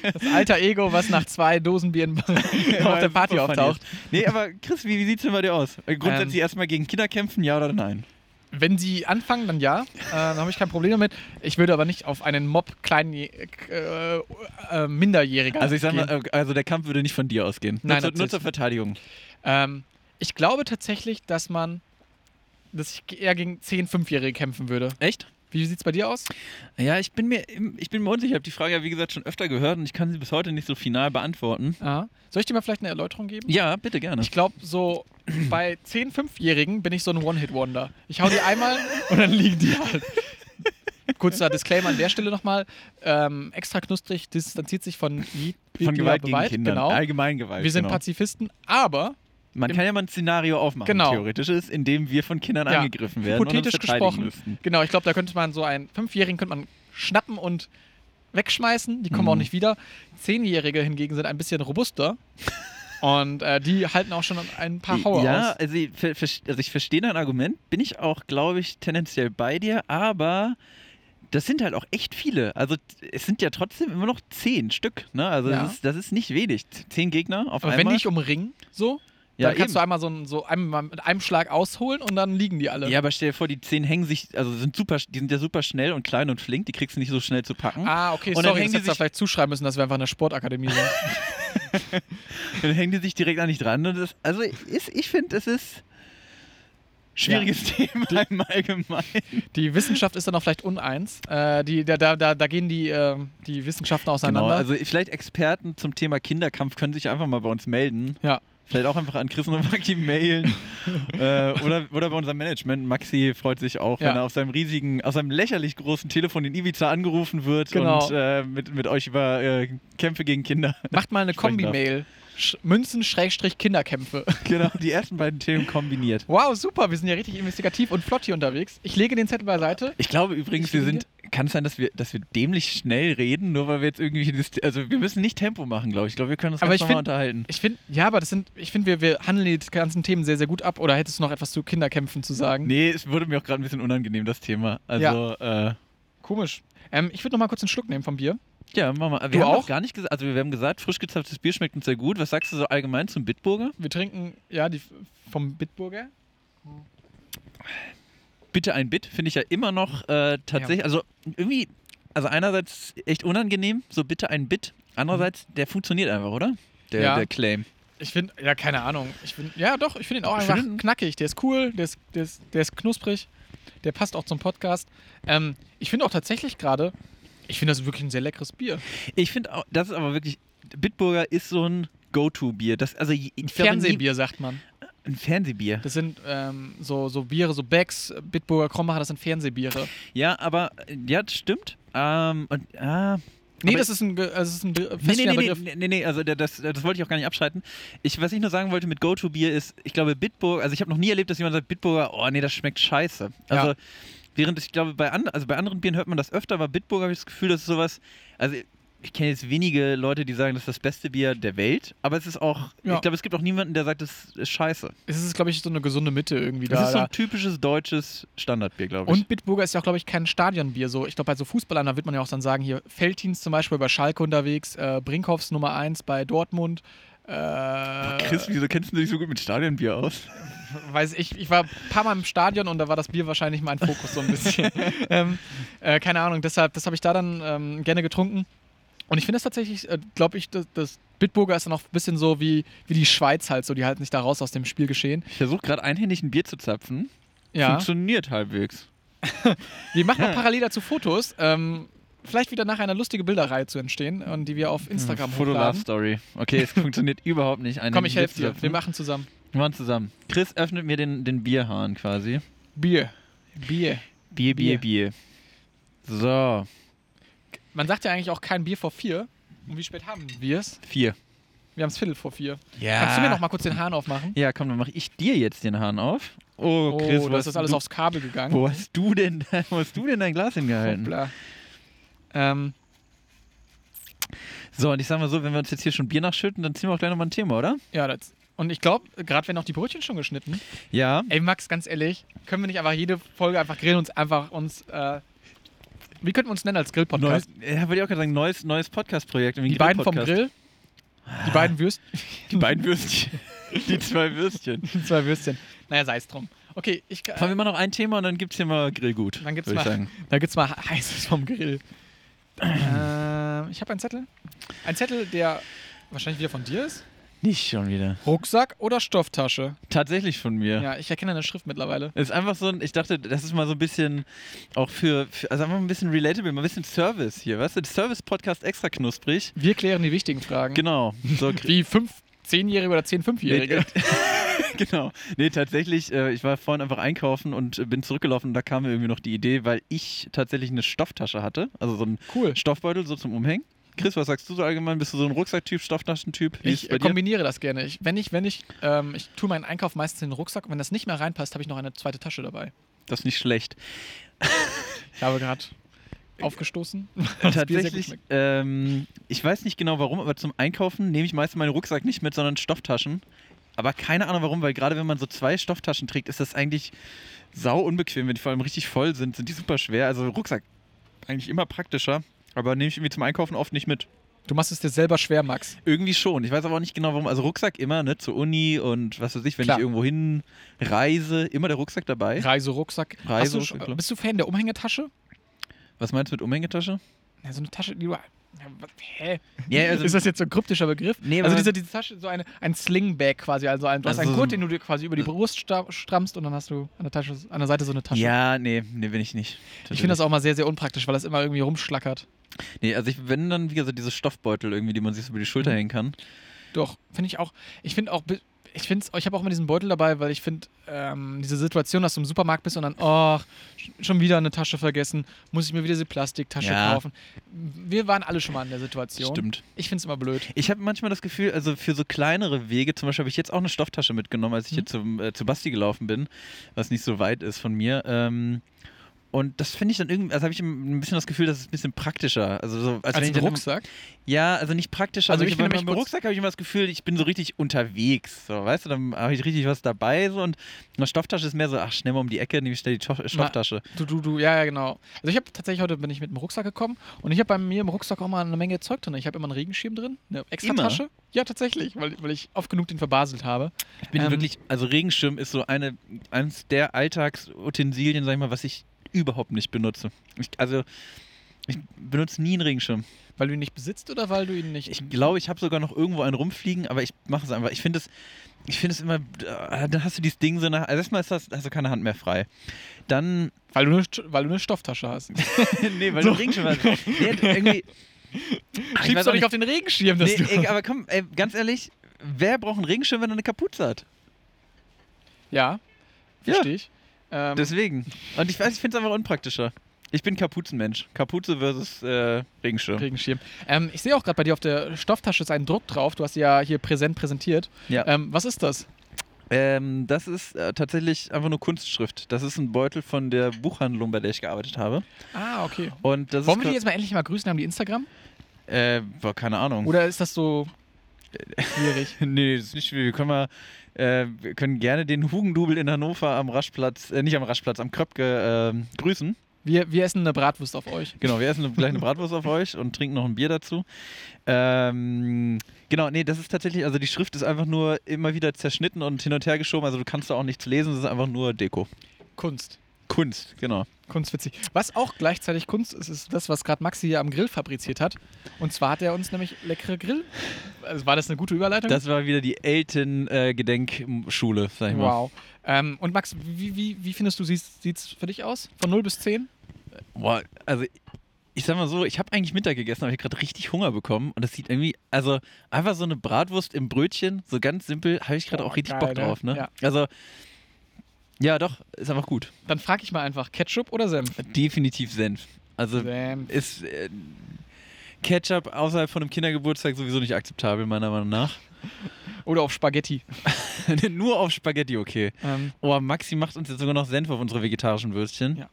Speaker 2: das alter Ego, was nach zwei Dosen Bier auf der Party
Speaker 1: Super funny
Speaker 2: auftaucht. Ähm.
Speaker 1: ist. Nee, aber Chris, wie, wie sieht es denn bei dir aus? Äh, Grundsätzlich erstmal gegen Kinder kämpfen, ja oder nein?
Speaker 2: Wenn sie anfangen, dann ja. Äh, dann habe ich kein Problem damit. Ich würde aber nicht auf einen Mob klein äh, äh, Minderjähriger.
Speaker 1: Also ich sag mal,
Speaker 2: gehen.
Speaker 1: äh, also der Kampf würde nicht von dir ausgehen. nur, zur,
Speaker 2: Nein,
Speaker 1: nur
Speaker 2: natürlich.
Speaker 1: zur Verteidigung.
Speaker 2: Ähm, ich glaube tatsächlich, dass man. dass ich eher gegen 10-, 5-Jährige kämpfen würde.
Speaker 1: Echt?
Speaker 2: Wie sieht's bei dir aus?
Speaker 1: Ja, ich bin mir, ich bin mir unsicher. Ich habe die Frage ja, wie gesagt, schon öfter gehört und ich kann sie bis heute nicht so final beantworten.
Speaker 2: Aha. Soll ich dir mal vielleicht eine Erläuterung geben?
Speaker 1: Ja, bitte gerne.
Speaker 2: Ich glaube, so bei 10-, 5-Jährigen bin ich so ein One-Hit-Wonder. Ich hau die einmal und dann liegen die halt. Kurzer Disclaimer an der Stelle nochmal. Ähm, extra knusprig distanziert sich von,
Speaker 1: Von Gewalt gegen
Speaker 2: Gewalt,
Speaker 1: Kindern. Ah,
Speaker 2: Genau.
Speaker 1: Allgemeingewalt.
Speaker 2: Wir sind
Speaker 1: genau.
Speaker 2: Pazifisten, aber
Speaker 1: Man kann ja mal ein Szenario aufmachen,
Speaker 2: Genau.
Speaker 1: theoretisches, in dem wir von Kindern
Speaker 2: Ja,
Speaker 1: angegriffen werden.
Speaker 2: hypothetisch
Speaker 1: und uns verteidigen
Speaker 2: gesprochen,
Speaker 1: Müssten.
Speaker 2: genau, ich glaube, da könnte man so einen Fünfjährigen könnte man schnappen und wegschmeißen. Die kommen
Speaker 1: Mhm.
Speaker 2: auch nicht wieder. Zehnjährige hingegen sind ein bisschen robuster und äh, die halten auch schon ein paar Hauer
Speaker 1: ja,
Speaker 2: aus.
Speaker 1: also ich, ver- ver- also ich verstehe dein Argument, bin ich auch, glaube ich, tendenziell bei dir, aber das sind halt auch echt viele. Also t- es sind ja trotzdem immer noch zehn Stück, ne? Also
Speaker 2: Ja.
Speaker 1: das, ist, das ist nicht wenig. Z- Zehn Gegner auf
Speaker 2: Aber wenn
Speaker 1: einmal.
Speaker 2: die dich umringen, so,
Speaker 1: ja,
Speaker 2: dann kannst
Speaker 1: eben.
Speaker 2: du einmal so, ein, so einmal mit einem Schlag ausholen und dann liegen die alle.
Speaker 1: Ja, aber stell dir vor, die zehn hängen sich, also sind super, die sind ja super schnell und klein und flink, die kriegst du nicht so schnell zu packen.
Speaker 2: Ah, okay,
Speaker 1: Und dann
Speaker 2: sorry,
Speaker 1: hängen
Speaker 2: ich
Speaker 1: die
Speaker 2: hätte da
Speaker 1: sich-
Speaker 2: vielleicht zuschreiben müssen, dass wir einfach eine Sportakademie sind.
Speaker 1: Dann hängen die sich direkt an dich dran. Und das, also ist, ich finde, es ist schwieriges Thema im Allgemeinen.
Speaker 2: Die Wissenschaft ist dann auch vielleicht uneins. Äh, die, da, da, da, da gehen die, äh, die Wissenschaften auseinander.
Speaker 1: also vielleicht Experten zum Thema Kinderkampf können sich einfach mal bei uns melden.
Speaker 2: ja.
Speaker 1: Vielleicht auch einfach an Chris Nowacki mailen. äh, oder, oder bei unserem Management. Maxi freut sich auch,
Speaker 2: Ja.
Speaker 1: wenn er auf seinem riesigen, auf seinem lächerlich großen Telefon in Ibiza angerufen wird
Speaker 2: Genau.
Speaker 1: und äh, mit, mit euch über äh, Kämpfe gegen Kinder.
Speaker 2: Macht mal eine
Speaker 1: Sprechen darf.
Speaker 2: Kombi-Mail. Sch- Münzen-Kinderkämpfe.
Speaker 1: genau, die ersten beiden Themen kombiniert.
Speaker 2: Wow, super, wir sind ja richtig investigativ und flott hier unterwegs. Ich lege den Zettel beiseite.
Speaker 1: Ich glaube übrigens,
Speaker 2: Ich
Speaker 1: wir
Speaker 2: finde-
Speaker 1: sind. Kann es sein, dass wir, dass wir dämlich schnell reden, nur weil wir jetzt irgendwie. dieses- Also, wir müssen nicht Tempo machen, glaube ich. Ich glaube, wir können uns
Speaker 2: Aber
Speaker 1: ganz
Speaker 2: ich
Speaker 1: normal
Speaker 2: find-
Speaker 1: unterhalten.
Speaker 2: Ich finde, ja, aber das sind, ich finde, wir, wir handeln die ganzen Themen sehr, sehr gut ab. Oder hättest du noch etwas zu Kinderkämpfen zu sagen?
Speaker 1: Nee, es wurde mir auch gerade ein bisschen unangenehm, das Thema. Also, ja, äh,
Speaker 2: Komisch. Ähm, ich würde noch mal kurz einen Schluck nehmen vom Bier.
Speaker 1: ja mach mal. Wir
Speaker 2: Du
Speaker 1: haben
Speaker 2: auch?
Speaker 1: gar nicht gesagt. Also, wir haben gesagt, frisch gezapftes Bier schmeckt uns sehr gut. Was sagst du so allgemein zum Bitburger?
Speaker 2: Wir trinken, ja, die f- vom Bitburger.
Speaker 1: Bitte ein Bit finde ich ja immer noch äh, tatsächlich, also irgendwie, also einerseits echt unangenehm, so bitte ein Bit, andererseits, der funktioniert einfach, oder? Der,
Speaker 2: Ja.
Speaker 1: der Claim.
Speaker 2: Ich finde, ja, keine Ahnung. Ich find, ja, doch, ich finde ihn auch
Speaker 1: Ich
Speaker 2: einfach
Speaker 1: find ihn-
Speaker 2: knackig. Der ist cool, der ist, der ist, der ist knusprig, der passt auch zum Podcast. Ähm, ich finde auch tatsächlich gerade, ich finde das wirklich ein sehr leckeres Bier.
Speaker 1: Ich finde auch, das ist aber wirklich, Bitburger ist so ein Go-To-Bier. Das, also, ich
Speaker 2: Ein
Speaker 1: glaube, nie-
Speaker 2: Fernsehbier, sagt man.
Speaker 1: Ein Fernsehbier.
Speaker 2: Das sind ähm, so, so Biere, so Becks, Bitburger Krombacher, das sind Fernsehbiere.
Speaker 1: Ja, aber, äh, ja, das stimmt. Ähm, und, ah,
Speaker 2: Nee,
Speaker 1: Aber-
Speaker 2: das ist ein, ge- das ist ein
Speaker 1: Nee,
Speaker 2: be-
Speaker 1: nee,
Speaker 2: feststehender
Speaker 1: nee,
Speaker 2: Begriff.
Speaker 1: nee, nee, nee, also der- das, das wollte ich auch gar nicht abschalten. Ich, was ich nur sagen wollte mit Go-To-Bier ist, ich glaube, Bitburger, also ich habe noch nie erlebt, dass jemand sagt, Bitburger, oh nee, das schmeckt scheiße. Also,
Speaker 2: Ja.
Speaker 1: während ich glaube, bei, and, also bei anderen Bieren hört man das öfter, aber Bitburger habe ich das Gefühl, dass sowas, also ich kenne jetzt wenige Leute, die sagen, das ist das beste Bier der Welt, aber es ist auch,
Speaker 2: Ja.
Speaker 1: ich glaube, es gibt auch niemanden, der sagt, das ist scheiße.
Speaker 2: Es ist, glaube ich, so eine gesunde Mitte irgendwie
Speaker 1: Das
Speaker 2: da.
Speaker 1: ist so
Speaker 2: da.
Speaker 1: ein typisches deutsches Standardbier, glaube ich.
Speaker 2: Und Bitburger ist ja auch, glaube ich, kein Stadionbier. So, ich glaube, bei so Fußballern, da wird man ja auch dann sagen, hier Feltins zum Beispiel bei Schalke unterwegs, äh, Brinkhoffs Nummer 1 bei Dortmund. Äh,
Speaker 1: Chris, wieso kennst du dich so gut mit Stadionbier aus?
Speaker 2: weiß ich, ich war ein paar Mal im Stadion und da war das Bier wahrscheinlich mein Fokus so ein bisschen. ähm, äh, keine Ahnung, deshalb, das habe ich da dann ähm, gerne getrunken. Und ich finde das tatsächlich, äh, glaube ich, das, das Bitburger ist dann auch ein bisschen so wie, wie die Schweiz halt, so die halten sich da raus aus dem Spielgeschehen.
Speaker 1: Ich versuche gerade einhändig ein Bier zu zapfen.
Speaker 2: Ja.
Speaker 1: Funktioniert halbwegs.
Speaker 2: Wir machen auch parallel dazu Fotos. Ähm, vielleicht wieder nachher eine lustige Bilderreihe zu entstehen äh, und die wir auf Instagram
Speaker 1: Foto Love
Speaker 2: hochladen.
Speaker 1: Story. Okay, es funktioniert überhaupt nicht. Ein
Speaker 2: Komm, ich helfe dir. Wir
Speaker 1: Wir machen,
Speaker 2: machen zusammen.
Speaker 1: zusammen. Chris öffnet mir den, den Bierhahn quasi.
Speaker 2: Bier. Bier.
Speaker 1: Bier, Bier, Bier. So,
Speaker 2: Man sagt ja eigentlich auch kein Bier vor vier. Und wie spät haben wir es?
Speaker 1: vier.
Speaker 2: Wir haben es Viertel vor vier. Kannst du mir noch mal kurz den Hahn aufmachen?
Speaker 1: Ja, komm, dann mache ich dir jetzt den Hahn auf. Oh,
Speaker 2: Oh,
Speaker 1: Chris, wo
Speaker 2: das
Speaker 1: hast
Speaker 2: ist alles
Speaker 1: du,
Speaker 2: aufs Kabel gegangen.
Speaker 1: Wo hast du denn, wo hast du denn dein Glas hingehalten?
Speaker 2: Hoppla. Ähm,
Speaker 1: So, und ich sag mal so, wenn wir uns jetzt hier schon Bier nachschütten, dann ziehen wir auch gleich nochmal ein Thema, oder?
Speaker 2: ja, das. Und ich glaube, gerade werden auch die Brötchen schon geschnitten.
Speaker 1: Ja.
Speaker 2: Ey, Max, ganz ehrlich, können wir nicht einfach jede Folge einfach grillen und einfach uns. Äh, wie könnten wir uns nennen als Grillpodcast?
Speaker 1: Neues, ja, wollte ich auch gerade sagen, neues, neues Podcast-Projekt.
Speaker 2: Die beiden vom Grill. Die beiden Würst
Speaker 1: Die beiden Würstchen. Die zwei Würstchen.
Speaker 2: zwei Würstchen. Naja, sei es drum. Okay, ich
Speaker 1: Fahren
Speaker 2: äh,
Speaker 1: wir mal noch ein Thema und dann gibt's hier mal Grillgut.
Speaker 2: dann gibt's
Speaker 1: würd
Speaker 2: mal,
Speaker 1: ich sagen.
Speaker 2: dann gibt's mal heißes vom Grill. ähm, ich habe einen Zettel. Ein Zettel, der wahrscheinlich wieder von dir ist.
Speaker 1: Nicht schon wieder.
Speaker 2: Rucksack oder Stofftasche?
Speaker 1: Tatsächlich von mir.
Speaker 2: Ja, ich erkenne deine Schrift mittlerweile.
Speaker 1: Ist einfach so ein, ich dachte, das ist mal so ein bisschen auch für, für also einfach ein bisschen relatable, mal ein bisschen Service hier, weißt du? Service-Podcast extra knusprig.
Speaker 2: Wir klären die wichtigen Fragen.
Speaker 1: Genau. So,
Speaker 2: Wie fünf, zehnjährige oder zehn, fünfjährige.
Speaker 1: genau. Nee, tatsächlich, äh, ich war vorhin einfach einkaufen und äh, bin zurückgelaufen und da kam mir irgendwie noch die Idee, weil ich tatsächlich eine Stofftasche hatte, also so einen
Speaker 2: Cool.
Speaker 1: Stoffbeutel so zum Umhängen. Chris, was sagst du so allgemein? Bist du so ein Rucksacktyp, Stofftaschentyp? Wie ist es
Speaker 2: Ich
Speaker 1: bei
Speaker 2: äh,
Speaker 1: dir?
Speaker 2: kombiniere das gerne. Ich, wenn ich, wenn ich, ähm, ich tue meinen Einkauf meistens in den Rucksack und wenn das nicht mehr reinpasst, habe ich noch eine zweite Tasche dabei.
Speaker 1: Das ist nicht schlecht.
Speaker 2: Ich habe gerade aufgestoßen. Das Bier sehr gut
Speaker 1: Äh, Tatsächlich,
Speaker 2: schmeckt.
Speaker 1: ähm, ich weiß nicht genau warum, aber zum Einkaufen nehme ich meistens meinen Rucksack nicht mit, sondern Stofftaschen. Aber keine Ahnung warum, weil gerade wenn man so zwei Stofftaschen trägt, ist das eigentlich sau unbequem. Wenn die vor allem richtig voll sind, sind die super schwer. Also Rucksack eigentlich immer praktischer. Aber nehme ich irgendwie zum Einkaufen oft nicht mit.
Speaker 2: Du machst es dir selber schwer, Max.
Speaker 1: Irgendwie schon. Ich weiß aber auch nicht genau warum. Also Rucksack immer, ne? Zur Uni und was weiß ich, wenn
Speaker 2: Klar.
Speaker 1: ich irgendwo hin reise, immer der Rucksack dabei.
Speaker 2: Reiserucksack. Hast
Speaker 1: Reise-
Speaker 2: du, sch-
Speaker 1: klar.
Speaker 2: bist du Fan der Umhängetasche?
Speaker 1: Was meinst du mit Umhängetasche?
Speaker 2: Ja, so eine Tasche, die du. Ja, was- Hä?
Speaker 1: Ja, also-
Speaker 2: ist das jetzt so ein kryptischer Begriff?
Speaker 1: Nee, aber-
Speaker 2: also diese, diese Tasche, so eine, ein Slingbag quasi. Also ein, du hast
Speaker 1: Also
Speaker 2: einen
Speaker 1: so
Speaker 2: Gurt,
Speaker 1: ein-
Speaker 2: den du dir quasi über die Brust sta- strammst und dann hast du an der, Tasche, an der Seite so eine Tasche.
Speaker 1: Ja, nee, nee, bin ich nicht.
Speaker 2: ich finde das auch mal sehr, sehr unpraktisch, weil das immer irgendwie rumschlackert.
Speaker 1: Nee, also ich, wenn dann wieder so diese Stoffbeutel irgendwie, die man sich so über die
Speaker 2: Mhm.
Speaker 1: Schulter hängen kann.
Speaker 2: Doch, finde ich auch. Ich finde auch, bi- ich finde, ich habe auch immer diesen Beutel dabei, weil ich finde, ähm, diese Situation, dass du im Supermarkt bist und dann, oh, sch- schon wieder eine Tasche vergessen, muss ich mir wieder diese Plastiktasche
Speaker 1: Ja.
Speaker 2: kaufen. Wir waren alle schon mal in der Situation.
Speaker 1: Stimmt.
Speaker 2: Ich finde es immer blöd.
Speaker 1: Ich habe manchmal das Gefühl, also für so kleinere Wege, zum Beispiel habe ich jetzt auch eine Stofftasche mitgenommen,
Speaker 2: Mhm.
Speaker 1: als ich hier zum, äh, zu Basti gelaufen bin, was nicht so weit ist von mir. Ähm, und das finde ich dann irgendwie, also habe ich ein bisschen das Gefühl, das ist ein bisschen praktischer. Also so, als, wenn ich
Speaker 2: ein
Speaker 1: dann
Speaker 2: Rucksack.
Speaker 1: Immer, ja, also nicht praktischer.
Speaker 2: Also
Speaker 1: aber
Speaker 2: ich bin
Speaker 1: bei
Speaker 2: nämlich
Speaker 1: meinem
Speaker 2: kurz-
Speaker 1: Rucksack habe ich immer das Gefühl, ich bin so richtig unterwegs. So, weißt du, dann habe ich richtig was dabei. So, und eine Stofftasche ist mehr so, ach, schnell mal um die Ecke, nehme ich schnell die Tof- Stofftasche.
Speaker 2: Du, du, du, ja, ja, genau. Also ich habe tatsächlich heute bin ich mit dem Rucksack gekommen und ich habe bei mir im Rucksack auch mal eine Menge Zeug drin. Ich habe immer einen Regenschirm drin, eine extra
Speaker 1: Immer?
Speaker 2: Tasche. Ja, tatsächlich, weil, weil ich oft genug den verbaselt habe.
Speaker 1: Ich bin
Speaker 2: Ähm,
Speaker 1: wirklich, also Regenschirm ist so eine, eines der Alltagsutensilien, sag ich mal, was ich überhaupt nicht benutze. Ich, also, ich benutze nie einen Regenschirm.
Speaker 2: Weil du ihn nicht besitzt oder weil du ihn nicht.
Speaker 1: Ich glaube, ich habe sogar noch irgendwo einen rumfliegen, aber ich mache es einfach. Ich finde es, ich finde es immer, äh, da hast du dieses Ding so nach, also erstmal ist das, hast du keine Hand mehr frei. Dann,
Speaker 2: weil, du eine, St- weil du eine Stofftasche hast.
Speaker 1: nee, weil
Speaker 2: So.
Speaker 1: du einen Regenschirm hast. Nee, irgendwie, Ach, ich weiß
Speaker 2: Schiebst
Speaker 1: auch
Speaker 2: doch nicht auf den Regenschirm, dass
Speaker 1: nee,
Speaker 2: du.
Speaker 1: ey, aber komm, ey, ganz ehrlich, wer braucht einen Regenschirm, wenn er eine Kapuze hat?
Speaker 2: Ja,
Speaker 1: Ja.
Speaker 2: verstehe ich. Ähm,
Speaker 1: Deswegen. Und ich weiß, ich finde es einfach unpraktischer. Ich bin Kapuzenmensch. Kapuze versus äh, Regenschirm.
Speaker 2: Regenschirm. Ähm, ich sehe auch gerade bei dir auf der Stofftasche ist ein Druck drauf. Du hast sie ja hier präsent präsentiert.
Speaker 1: Ja.
Speaker 2: Ähm, was ist das?
Speaker 1: Ähm, das ist äh, tatsächlich einfach nur Kunstschrift. Das ist ein Beutel von der Buchhandlung, bei der ich gearbeitet habe.
Speaker 2: Ah, okay.
Speaker 1: Und das
Speaker 2: Wollen wir
Speaker 1: ist
Speaker 2: die jetzt mal endlich mal grüßen? Haben die Instagram?
Speaker 1: jetzt äh, boah, keine Ahnung.
Speaker 2: Oder ist das so schwierig?
Speaker 1: Nee, das ist nicht schwierig. Wir können, mal, äh, wir können gerne den Hugendubel in Hannover am Raschplatz, äh, nicht am Raschplatz, am Kröpke ähm, grüßen.
Speaker 2: Wir, wir essen eine Bratwurst auf euch.
Speaker 1: Genau, wir essen gleich eine Bratwurst auf euch und trinken noch ein Bier dazu. Ähm, genau, nee, das ist tatsächlich, also die Schrift ist einfach nur immer wieder zerschnitten und hin und her geschoben. Also du kannst da auch nichts lesen, es ist einfach nur Deko.
Speaker 2: Kunst.
Speaker 1: Kunst, genau.
Speaker 2: Mhm. Kunstwitzig. Was auch gleichzeitig Kunst ist, ist das, was gerade Maxi hier am Grill fabriziert hat. Und zwar hat er uns nämlich leckere Grill. Also war das eine gute Überleitung?
Speaker 1: Das war wieder die Eltern-Gedenkschule, sag ich mal.
Speaker 2: wow. Ähm, und Max, wie, wie, wie findest du, sieht es für dich aus? Von 0 bis 10?
Speaker 1: Boah, also ich sag mal so, ich habe eigentlich Mittag gegessen, aber ich habe gerade richtig Hunger bekommen und das sieht irgendwie, also einfach so eine Bratwurst im Brötchen, so ganz simpel, habe ich gerade
Speaker 2: Oh,
Speaker 1: auch richtig
Speaker 2: geil,
Speaker 1: Bock
Speaker 2: ne?
Speaker 1: drauf, ne?
Speaker 2: Ja.
Speaker 1: Also ja, doch, ist einfach gut.
Speaker 2: Dann frage ich mal einfach, Ketchup oder Senf?
Speaker 1: Definitiv Senf. Also
Speaker 2: Senf.
Speaker 1: ist äh, Ketchup außerhalb von einem Kindergeburtstag sowieso nicht akzeptabel meiner Meinung nach.
Speaker 2: Oder auf Spaghetti.
Speaker 1: Nur auf Spaghetti okay.
Speaker 2: Ähm,
Speaker 1: Oh, Maxi macht uns jetzt sogar noch Senf auf unsere vegetarischen Würstchen.
Speaker 2: Ja.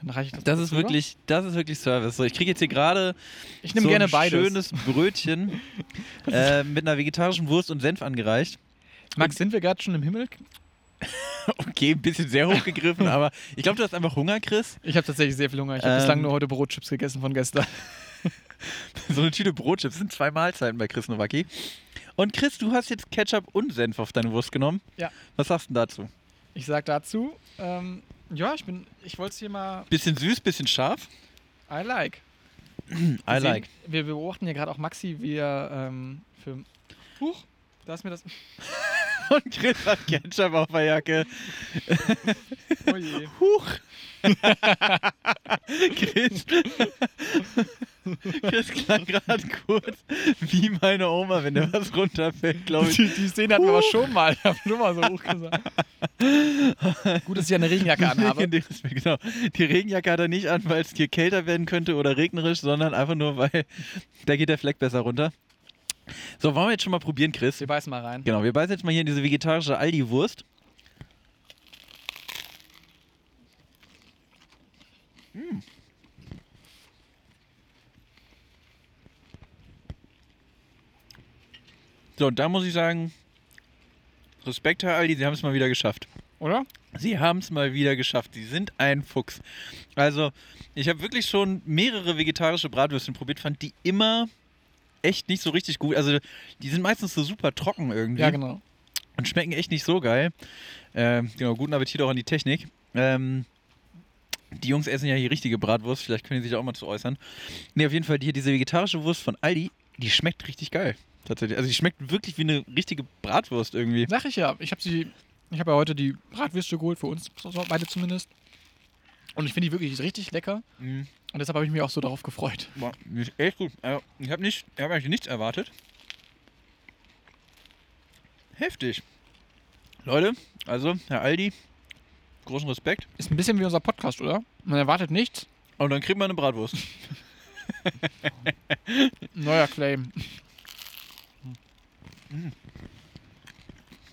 Speaker 2: dann reiche ich das
Speaker 1: Das
Speaker 2: kurz
Speaker 1: ist
Speaker 2: rüber.
Speaker 1: wirklich, das ist wirklich Service. So, ich kriege jetzt hier gerade
Speaker 2: Ich nehme
Speaker 1: so
Speaker 2: gerne
Speaker 1: ein
Speaker 2: beides.
Speaker 1: schönes Brötchen äh, mit einer vegetarischen Wurst und Senf angereicht.
Speaker 2: Max, sind wir gerade schon im Himmel?
Speaker 1: Okay, ein bisschen sehr hochgegriffen, aber ich glaube, du hast einfach Hunger, Chris.
Speaker 2: Ich habe tatsächlich sehr viel Hunger. Ich habe
Speaker 1: Ähm.
Speaker 2: bislang nur heute Brotchips gegessen von gestern.
Speaker 1: So eine Tüte Brotchips sind zwei Mahlzeiten bei Chris Nowacki. Und Chris, du hast jetzt Ketchup und Senf auf deine Wurst genommen.
Speaker 2: Ja.
Speaker 1: Was sagst du denn dazu?
Speaker 2: Ich sag dazu, ähm, ja, ich bin, ich wollte es hier mal,
Speaker 1: Bisschen süß, bisschen scharf.
Speaker 2: I like.
Speaker 1: I
Speaker 2: Wir sehen-
Speaker 1: like.
Speaker 2: Wir beobachten ja gerade auch Maxi, wie er ähm, für, huch, da ist mir das,
Speaker 1: Und Chris hat Ketchup auf der Jacke.
Speaker 2: oh je.
Speaker 1: Huch! Chris, Chris klang gerade kurz wie meine Oma, wenn da was runterfällt, glaube ich.
Speaker 2: Die, die Szene hatten wir aber schon mal, ich habe schon mal so hoch gesagt. Gut, dass ich eine Regenjacke anhabe.
Speaker 1: Legendäres Bild, Genau. Die Regenjacke hat er nicht an, weil es hier kälter werden könnte oder regnerisch, sondern einfach nur, weil da geht der Fleck besser runter. So, wollen wir jetzt schon mal probieren, Chris?
Speaker 2: Wir beißen mal rein.
Speaker 1: Genau, wir beißen jetzt mal hier in diese vegetarische Aldi-Wurst. Mm. So, und da muss ich sagen, Respekt, Herr Aldi, Sie haben es mal wieder geschafft.
Speaker 2: Oder?
Speaker 1: Sie haben es mal wieder geschafft. Sie sind ein Fuchs. Also, ich habe wirklich schon mehrere vegetarische Bratwürsten probiert, fand die immer echt nicht so richtig gut. Also, die sind meistens so super trocken irgendwie
Speaker 2: Ja, genau.
Speaker 1: und schmecken echt nicht so geil. Ähm, genau, guten Appetit auch an die Technik. Ähm, die Jungs essen ja hier richtige Bratwurst, vielleicht können die sich da auch mal zu äußern. Ne, auf jeden Fall hier diese vegetarische Wurst von Aldi, die schmeckt richtig geil. Tatsächlich. Also, die schmeckt wirklich wie eine richtige Bratwurst irgendwie.
Speaker 2: Sag ich ja. Ich habe sie, ich habe ja heute die Bratwürste geholt, für uns beide zumindest. Und ich finde die wirklich richtig lecker.
Speaker 1: Mhm.
Speaker 2: Und deshalb habe ich mich auch so darauf gefreut.
Speaker 1: Boah, die ist echt gut. Also, ich habe nicht, ich hab eigentlich nichts erwartet. Heftig. Leute, also, Herr Aldi, großen Respekt.
Speaker 2: Ist ein bisschen wie unser Podcast, oder? Man erwartet nichts.
Speaker 1: Und dann kriegt man eine Bratwurst.
Speaker 2: Neuer Claim.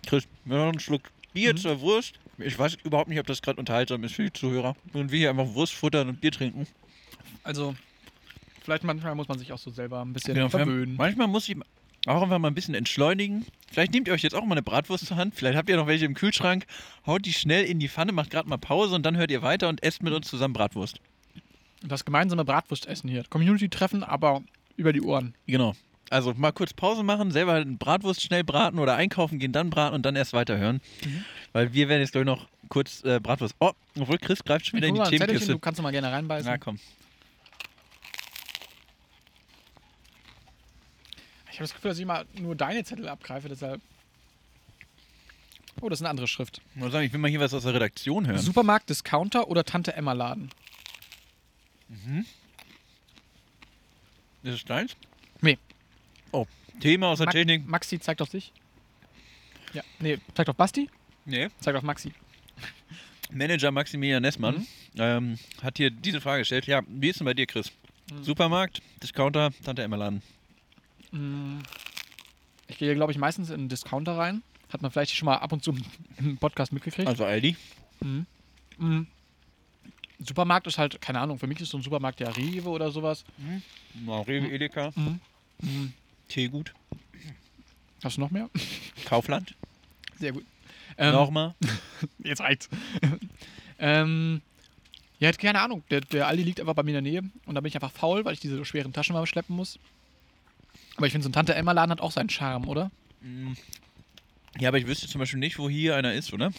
Speaker 1: Chris, wir haben noch einen Schluck Bier
Speaker 2: Mhm.
Speaker 1: zur Wurst. Ich weiß überhaupt nicht, ob das gerade unterhaltsam ist für die Zuhörer. Und wir hier einfach Wurst futtern und Bier trinken.
Speaker 2: Also, vielleicht manchmal muss man sich auch so selber ein bisschen
Speaker 1: Genau,
Speaker 2: verwöhnen.
Speaker 1: manchmal muss ich auch einfach mal ein bisschen entschleunigen. Vielleicht nehmt ihr euch jetzt auch mal eine Bratwurst zur Hand. Vielleicht habt ihr noch welche im Kühlschrank. Haut die schnell in die Pfanne, macht gerade mal Pause und dann hört ihr weiter und esst mit uns zusammen Bratwurst.
Speaker 2: Das gemeinsame Bratwurstessen hier. Community-Treffen, aber über die Ohren.
Speaker 1: Genau. Also mal kurz Pause machen, selber halt eine Bratwurst schnell braten oder einkaufen gehen, dann braten und dann erst weiterhören.
Speaker 2: Mhm.
Speaker 1: Weil wir werden jetzt, glaube ich, noch kurz äh, Bratwurst. Oh, obwohl Chris greift schon wieder in die
Speaker 2: Hol mal ein Zettelchen,
Speaker 1: Themenkiste.
Speaker 2: du kannst doch mal gerne reinbeißen.
Speaker 1: Na komm.
Speaker 2: Ich habe das Gefühl, dass ich mal nur deine Zettel abgreife, deshalb. Oh, das ist eine andere Schrift.
Speaker 1: Ich muss sagen, ich will mal hier was aus der Redaktion hören.
Speaker 2: Supermarkt, Discounter oder Tante Emma Laden?
Speaker 1: Ist es deins?
Speaker 2: Nee.
Speaker 1: Oh, Thema aus der
Speaker 2: Max-
Speaker 1: Technik.
Speaker 2: Maxi zeigt auf dich. Ja, nee, zeigt auf Basti,
Speaker 1: Nee.
Speaker 2: zeigt auf Maxi.
Speaker 1: Manager Maximilian Nessmann
Speaker 2: Mhm.
Speaker 1: ähm, hat hier diese Frage gestellt. Ja, wie ist denn bei dir, Chris?
Speaker 2: Mhm.
Speaker 1: Supermarkt, Discounter, Tante Emma Laden.
Speaker 2: Ich gehe, glaube ich, meistens in einen Discounter rein. Hat man vielleicht schon mal ab und zu im Podcast mitgekriegt.
Speaker 1: Also Aldi.
Speaker 2: Mhm. Supermarkt ist halt, keine Ahnung, für mich ist so ein Supermarkt ja Rewe oder sowas.
Speaker 1: Rewe, Edeka.
Speaker 2: Mhm.
Speaker 1: Teegut.
Speaker 2: Hast du noch mehr?
Speaker 1: Kaufland.
Speaker 2: Sehr gut. Ähm,
Speaker 1: Nochmal.
Speaker 2: Jetzt reicht's. ähm, ja, keine Ahnung. Der, der Aldi liegt einfach bei mir in der Nähe und da bin ich einfach faul, weil ich diese schweren Taschen mal schleppen muss. Aber ich finde, so ein Tante-Emma-Laden hat auch seinen Charme, oder?
Speaker 1: Ja, aber ich wüsste zum Beispiel nicht, wo hier einer ist, oder?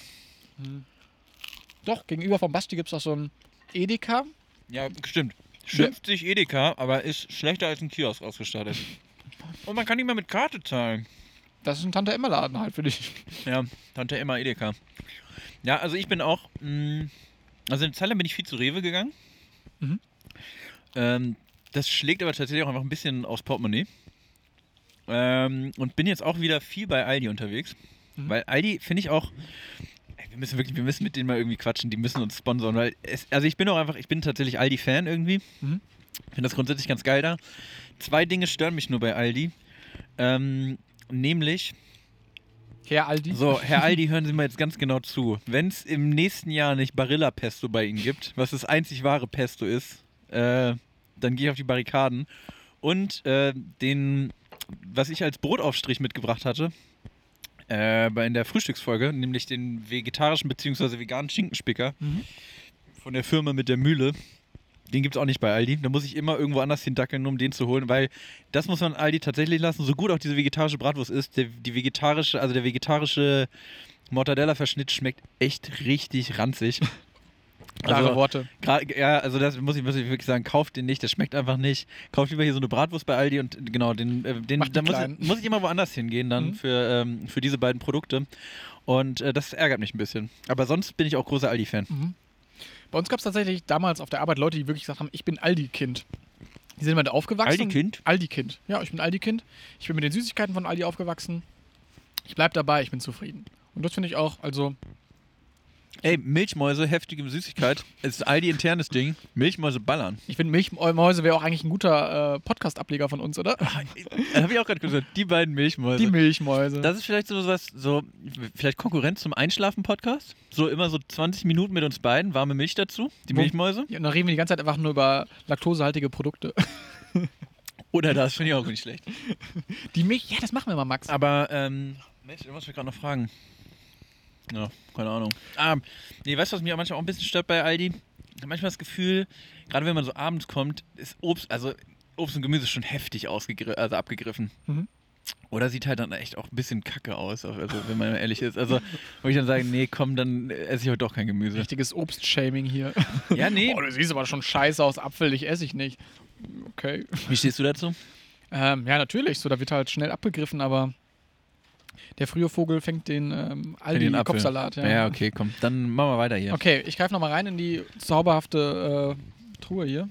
Speaker 2: Doch, gegenüber vom Basti gibt es auch so ein Edeka.
Speaker 1: Ja, stimmt. Schimpft sich Edeka, aber ist schlechter als ein Kiosk ausgestattet. Und man kann nicht mal mit Karte zahlen.
Speaker 2: Das ist ein Tante-Emma-Laden halt für dich.
Speaker 1: Ja, Tante Emma Edeka. Ja, also ich bin auch. Mh, also in Zelle bin ich viel zu Rewe gegangen.
Speaker 2: Mhm.
Speaker 1: Ähm, das schlägt aber tatsächlich auch einfach ein bisschen aufs Portemonnaie. Ähm, und bin jetzt auch wieder viel bei Aldi unterwegs.
Speaker 2: Mhm.
Speaker 1: Weil Aldi finde ich auch. Ey, Wir müssen wirklich, wir müssen mit denen mal irgendwie quatschen, die müssen uns sponsoren, weil es, also ich bin auch einfach, ich bin tatsächlich Aldi-Fan irgendwie.
Speaker 2: Mhm.
Speaker 1: Finde das grundsätzlich ganz geil da. Zwei Dinge stören mich nur bei Aldi. Ähm, nämlich,
Speaker 2: Herr Aldi.
Speaker 1: so, Herr Aldi, hören Sie mal jetzt ganz genau zu. Wenn es im nächsten Jahr nicht Barilla Pesto bei Ihnen gibt, was das einzig wahre Pesto ist, äh, dann gehe ich auf die Barrikaden. Und äh, den, was ich als Brotaufstrich mitgebracht hatte, äh, bei in der Frühstücksfolge, nämlich den vegetarischen bzw. veganen Schinkenspicker
Speaker 2: Mhm.
Speaker 1: von der Firma mit der Mühle. Den gibt es auch nicht bei Aldi. Da muss ich immer irgendwo anders hindackeln, um den zu holen, weil das muss man Aldi tatsächlich lassen. So gut auch diese vegetarische Bratwurst ist, der, die vegetarische, also der vegetarische Mortadella-Verschnitt schmeckt echt richtig ranzig.
Speaker 2: Klare
Speaker 1: Also
Speaker 2: Worte.
Speaker 1: Grad, ja, also das muss ich, muss ich wirklich sagen, kauft den nicht, der schmeckt einfach nicht. Kauft lieber hier so eine Bratwurst bei Aldi und genau, den, äh, den,
Speaker 2: Macht die
Speaker 1: da muss,
Speaker 2: klein.
Speaker 1: ich- muss ich immer woanders hingehen dann
Speaker 2: Mhm.
Speaker 1: für, ähm, für diese beiden Produkte. Und äh, das ärgert mich ein bisschen. Aber sonst bin ich auch großer Aldi-Fan.
Speaker 2: Bei uns gab es tatsächlich damals auf der Arbeit Leute, die wirklich gesagt haben, ich bin Aldi-Kind. Die sind damit aufgewachsen.
Speaker 1: Aldi-Kind?
Speaker 2: Aldi-Kind. Ja, ich bin Aldi-Kind. Ich bin mit den Süßigkeiten von Aldi aufgewachsen. Ich bleib dabei, ich bin zufrieden. Und das finde ich auch, also,
Speaker 1: Ey, Milchmäuse, heftige Süßigkeit. ist Aldi-internes Ding. Milchmäuse ballern.
Speaker 2: ich finde Milchmäuse wäre auch eigentlich ein guter äh, Podcast-Ableger von uns, oder?
Speaker 1: Also, Habe ich auch gerade gesagt. Die beiden Milchmäuse.
Speaker 2: Die Milchmäuse.
Speaker 1: das ist vielleicht so was, so, vielleicht Konkurrenz zum Einschlafen-Podcast. So immer so 20 Minuten mit uns beiden, warme Milch dazu, die
Speaker 2: Wo-
Speaker 1: Milchmäuse.
Speaker 2: ja, und dann reden wir die ganze Zeit einfach nur über laktosehaltige Produkte.
Speaker 1: Oder das finde ich auch nicht schlecht.
Speaker 2: Die Milch, ja, das machen wir mal, Max.
Speaker 1: Aber, ähm, Mensch, irgendwas will ich gerade noch fragen. Ja, keine Ahnung. Ah, nee, weißt du, was mich auch manchmal auch ein bisschen stört bei Aldi? Ich hab manchmal das Gefühl, gerade wenn man so abends kommt, ist Obst, also Obst und Gemüse schon heftig ausgegriffen, also abgegriffen.
Speaker 2: Mhm.
Speaker 1: Oder sieht halt dann echt auch ein bisschen kacke aus, also wenn man ehrlich ist. Also, wo ich dann sage, nee, komm, dann esse ich heute doch kein Gemüse.
Speaker 2: Richtiges Obstshaming hier.
Speaker 1: Ja, nee.
Speaker 2: Boah, du siehst aber schon scheiße aus, Apfel, ich esse ich nicht. Okay.
Speaker 1: Wie stehst du dazu?
Speaker 2: Ähm, ja, natürlich. So, da wird halt schnell abgegriffen, aber der frühe Vogel fängt den ähm,
Speaker 1: Für den Apfel.
Speaker 2: Aldi-Kopfsalat. Ja.
Speaker 1: Ja. ja, okay, komm, dann machen wir weiter hier.
Speaker 2: Okay, ich greife nochmal rein in die zauberhafte äh, Truhe hier.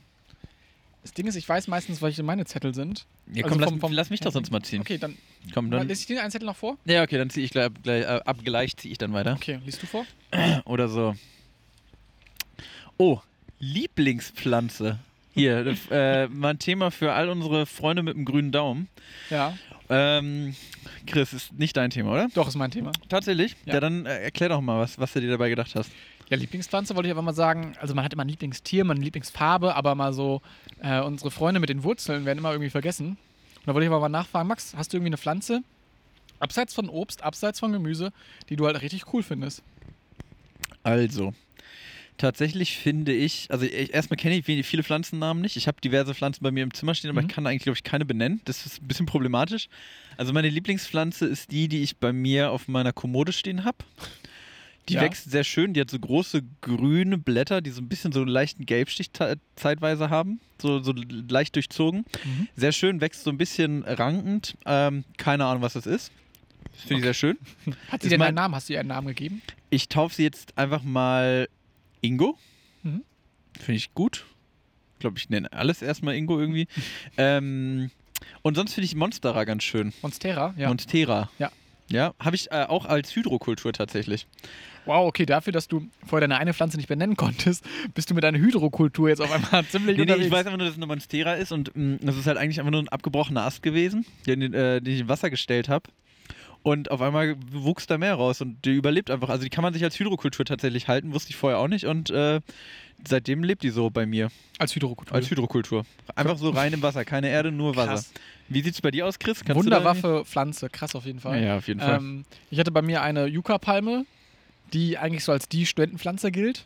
Speaker 2: Das Ding ist, ich weiß meistens, welche meine Zettel sind.
Speaker 1: Ja,
Speaker 2: Also
Speaker 1: komm,
Speaker 2: vom-
Speaker 1: lass,
Speaker 2: vom-
Speaker 1: lass mich doch sonst mal ziehen.
Speaker 2: Okay, dann,
Speaker 1: Komm, dann.
Speaker 2: lese ich dir einen Zettel noch vor.
Speaker 1: Ja, okay, dann ziehe ich gleich, gleich äh, ab, gleich ziehe ich dann weiter.
Speaker 2: Okay, liest du vor?
Speaker 1: Oder so. Oh, Lieblingspflanze. Hier, äh, mal ein Thema für all unsere Freunde mit dem grünen Daumen.
Speaker 2: Ja,
Speaker 1: Ähm, Chris, ist nicht dein Thema, oder?
Speaker 2: doch, ist mein Thema.
Speaker 1: Tatsächlich?
Speaker 2: Ja.
Speaker 1: Ja, dann äh, erklär doch mal, was, was du dir dabei gedacht hast.
Speaker 2: Ja, Lieblingspflanze wollte ich aber mal sagen. Also, man hat immer ein Lieblingstier, man eine Lieblingsfarbe, aber mal so, äh, unsere Freunde mit den Wurzeln werden immer irgendwie vergessen. Und da wollte ich aber mal nachfragen: Max, hast du irgendwie eine Pflanze, abseits von Obst, abseits von Gemüse, die du halt richtig cool findest?
Speaker 1: Also, tatsächlich finde ich, also ich, erstmal kenne ich viele- viele Pflanzennamen nicht. Ich habe diverse Pflanzen bei mir im Zimmer stehen, aber
Speaker 2: Mhm.
Speaker 1: ich kann eigentlich, glaube ich, keine benennen. Das ist ein bisschen problematisch. Also meine Lieblingspflanze ist die, die ich bei mir auf meiner Kommode stehen habe. Die
Speaker 2: Ja.
Speaker 1: wächst sehr schön, die hat so große grüne Blätter, die so ein bisschen so einen leichten Gelbstich te- zeitweise haben, so, so leicht durchzogen.
Speaker 2: Mhm.
Speaker 1: Sehr schön, wächst so ein bisschen rankend. Ähm, keine Ahnung, was das ist. Finde ich sehr schön.
Speaker 2: Hat sie
Speaker 1: Ist
Speaker 2: denn
Speaker 1: mein-
Speaker 2: einen Namen? Hast du ihr einen Namen gegeben?
Speaker 1: Ich taufe sie jetzt einfach mal Ingo.
Speaker 2: Mhm.
Speaker 1: Finde ich gut. Ich glaube, ich nenne alles erstmal Ingo irgendwie. ähm, und sonst finde ich Monstera ganz schön.
Speaker 2: Monstera, ja.
Speaker 1: Monstera.
Speaker 2: Ja.
Speaker 1: Ja, habe ich äh, auch als Hydrokultur tatsächlich.
Speaker 2: Wow, okay, dafür, dass du vorher deine eine Pflanze nicht benennen konntest, bist du mit deiner Hydrokultur jetzt auf einmal ziemlich
Speaker 1: Nee, nee, ich
Speaker 2: unterwegs.
Speaker 1: weiß einfach nur, dass es eine Monstera ist und mh, das ist halt eigentlich einfach nur ein abgebrochener Ast gewesen, den, äh, den ich in Wasser gestellt habe. Und auf einmal wuchs da mehr raus und die überlebt einfach. Also die kann man sich als Hydrokultur tatsächlich halten, wusste ich vorher auch nicht. Und äh, seitdem lebt die so bei mir
Speaker 2: Als Hydrokultur.
Speaker 1: als Hydrokultur. Einfach so rein im Wasser, keine Erde, nur Wasser.
Speaker 2: Krass.
Speaker 1: Wie sieht's bei dir aus, Chris? Kannst du da
Speaker 2: Wunderwaffe, Pflanze, krass auf jeden Fall.
Speaker 1: irgendwie- Ja, ja, auf jeden Fall.
Speaker 2: Ähm, ich hatte bei mir eine Yucca-Palme, die eigentlich so als die Studentenpflanze gilt,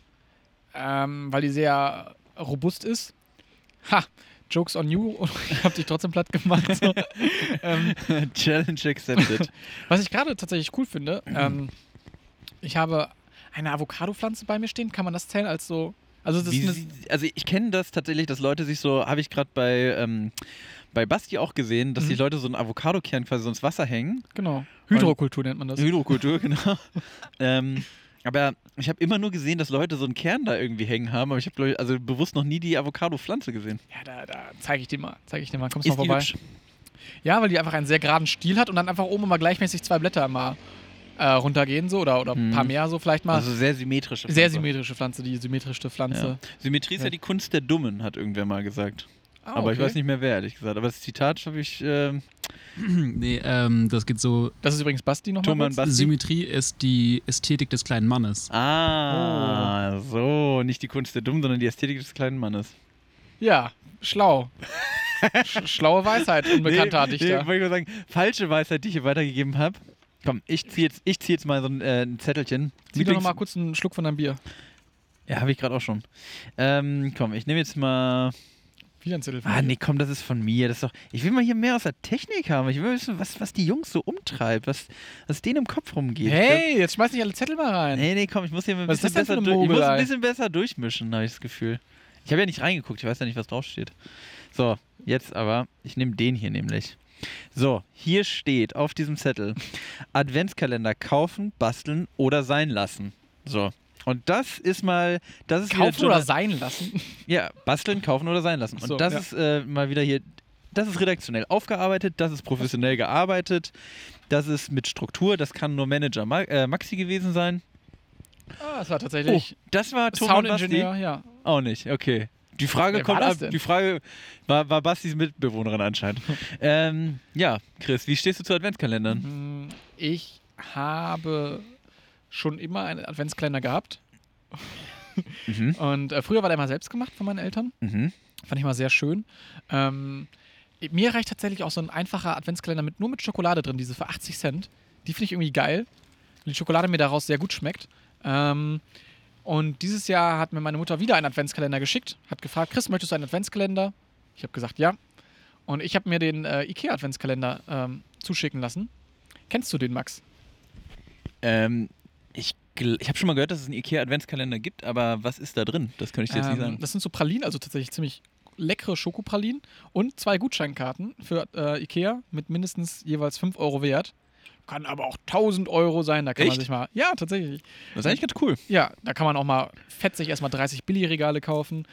Speaker 2: ähm, weil die sehr robust ist. Ha, Jokes on you, ich habe dich trotzdem platt gemacht. So. ähm,
Speaker 1: Challenge accepted.
Speaker 2: was ich gerade tatsächlich cool finde, ähm, ich habe eine Avocado-Pflanze bei mir stehen. Kann man das zählen als so? Also das
Speaker 1: Wie
Speaker 2: ist eine,
Speaker 1: sie, also ich kenne das tatsächlich, dass Leute sich so, habe ich gerade bei, ähm, bei Basti auch gesehen, dass
Speaker 2: Mhm.
Speaker 1: die Leute so einen Avocadokern quasi so ins Wasser hängen.
Speaker 2: genau Hydrokultur nennt man das.
Speaker 1: Hydrokultur, genau. ähm, aber ich habe immer nur gesehen, dass Leute so einen Kern da irgendwie hängen haben, aber ich habe also bewusst noch nie die Avocado-Pflanze gesehen.
Speaker 2: Ja, da, da zeige ich dir mal, zeige ich dir mal. Kommst du mal
Speaker 1: die
Speaker 2: vorbei?
Speaker 1: hübsch?
Speaker 2: Ja, weil die einfach einen sehr geraden Stiel hat und dann einfach oben immer gleichmäßig zwei Blätter mal äh, runtergehen, so oder, oder ein paar
Speaker 1: Mhm.
Speaker 2: mehr, so vielleicht mal.
Speaker 1: Also sehr symmetrisch.
Speaker 2: sehr symmetrische Pflanze, die symmetrischste Pflanze.
Speaker 1: Ja. Symmetrie ist ja
Speaker 2: Ja.
Speaker 1: die Kunst der Dummen, hat irgendwer mal gesagt.
Speaker 2: Ah,
Speaker 1: Aber ich
Speaker 2: okay.
Speaker 1: weiß nicht mehr wer, ehrlich gesagt. Aber das Zitat habe ich ähm,
Speaker 4: Nee, ähm, das geht so.
Speaker 2: Das ist übrigens Basti nochmal.
Speaker 1: Thomann
Speaker 2: kurz.
Speaker 1: Basti.
Speaker 4: Symmetrie ist die Ästhetik des kleinen Mannes.
Speaker 1: Ah, so. Nicht die Kunst der Dummen, sondern die Ästhetik des kleinen Mannes.
Speaker 2: Ja, schlau. Sch Schlaue Weisheit, unbekannter
Speaker 1: nee,
Speaker 2: Dichter.
Speaker 1: Nee, wollte ich mal sagen, falsche Weisheit, die ich hier weitergegeben habe. Komm, ich ziehe jetzt, ich zieh jetzt mal so ein, äh, ein Zettelchen.
Speaker 2: Zieh doch nochmal kurz einen Schluck von deinem Bier.
Speaker 1: Ja, habe ich gerade auch schon. Ähm, komm, ich nehme jetzt mal.
Speaker 2: Wieder ein Zettel. von
Speaker 1: Ah,
Speaker 2: dir.
Speaker 1: nee, komm, das ist von mir. Das ist doch, ich will mal hier mehr aus der Technik haben. Ich will wissen, was, was die Jungs so umtreibt, was, was denen im Kopf rumgeht.
Speaker 2: Hey, jetzt schmeiß nicht alle Zettel mal rein.
Speaker 1: Nee, nee, komm, ich muss hier ein
Speaker 2: Was ist
Speaker 1: bisschen,
Speaker 2: das denn
Speaker 1: besser,
Speaker 2: für eine
Speaker 1: durch, ich muss ein
Speaker 2: Mogelei?
Speaker 1: bisschen besser durchmischen, habe ich das Gefühl. Ich habe ja nicht reingeguckt, ich weiß ja nicht, was draufsteht. So, jetzt aber, ich nehme den hier nämlich. So, hier steht auf diesem Zettel: Adventskalender kaufen, basteln oder sein lassen. So. Und das ist mal, das ist wieder
Speaker 2: Kaufen oder
Speaker 1: Journal-
Speaker 2: sein lassen.
Speaker 1: Ja, basteln, kaufen oder sein lassen.
Speaker 2: Ach so,
Speaker 1: Und das
Speaker 2: ja.
Speaker 1: ist äh, mal wieder hier, das ist redaktionell aufgearbeitet, das ist professionell gearbeitet, das ist mit Struktur, das kann nur Manager Ma äh, Maxi gewesen sein.
Speaker 2: Ah, das war
Speaker 1: Oh,
Speaker 2: tatsächlich
Speaker 1: das war Thomas Basti?
Speaker 2: Soundingenieur, ja.
Speaker 1: Auch nicht, okay. Die Frage
Speaker 2: Wer war
Speaker 1: kommt
Speaker 2: das
Speaker 1: ab.
Speaker 2: denn?
Speaker 1: Die Frage war, war Bastis Mitbewohnerin anscheinend. ähm, ja, Chris, wie stehst du zu Adventskalendern?
Speaker 2: Mm, Ich habe schon immer einen Adventskalender gehabt.
Speaker 1: Mhm.
Speaker 2: Und äh, früher war der immer selbst gemacht von meinen Eltern.
Speaker 1: Mhm.
Speaker 2: Fand ich mal sehr schön. Ähm, mir reicht tatsächlich auch so ein einfacher Adventskalender mit nur mit Schokolade drin, diese für 80 Cent. Die finde ich irgendwie geil, weil die Schokolade mir daraus sehr gut schmeckt. Ähm, und dieses Jahr hat mir meine Mutter wieder einen Adventskalender geschickt, hat gefragt, Chris, möchtest du einen Adventskalender? Ich habe gesagt, ja. Und ich habe mir den äh, IKEA-Adventskalender ähm, zuschicken lassen. Kennst du den, Max?
Speaker 1: Ähm, ich gl- ich habe schon mal gehört, dass es einen IKEA-Adventskalender gibt, aber was ist da drin? Das könnte ich dir jetzt
Speaker 2: Ähm,
Speaker 1: nicht sagen.
Speaker 2: Das sind so Pralinen, also tatsächlich ziemlich leckere Schokopralinen und zwei Gutscheinkarten für äh, Ikea mit mindestens jeweils 5 Euro wert. Kann aber auch 1000 Euro sein, da kann man
Speaker 1: Echt?
Speaker 2: sich mal. Ja, tatsächlich.
Speaker 1: Das ist eigentlich ganz cool.
Speaker 2: Ja, da kann man auch mal fetzig erstmal 30 Billigregale kaufen.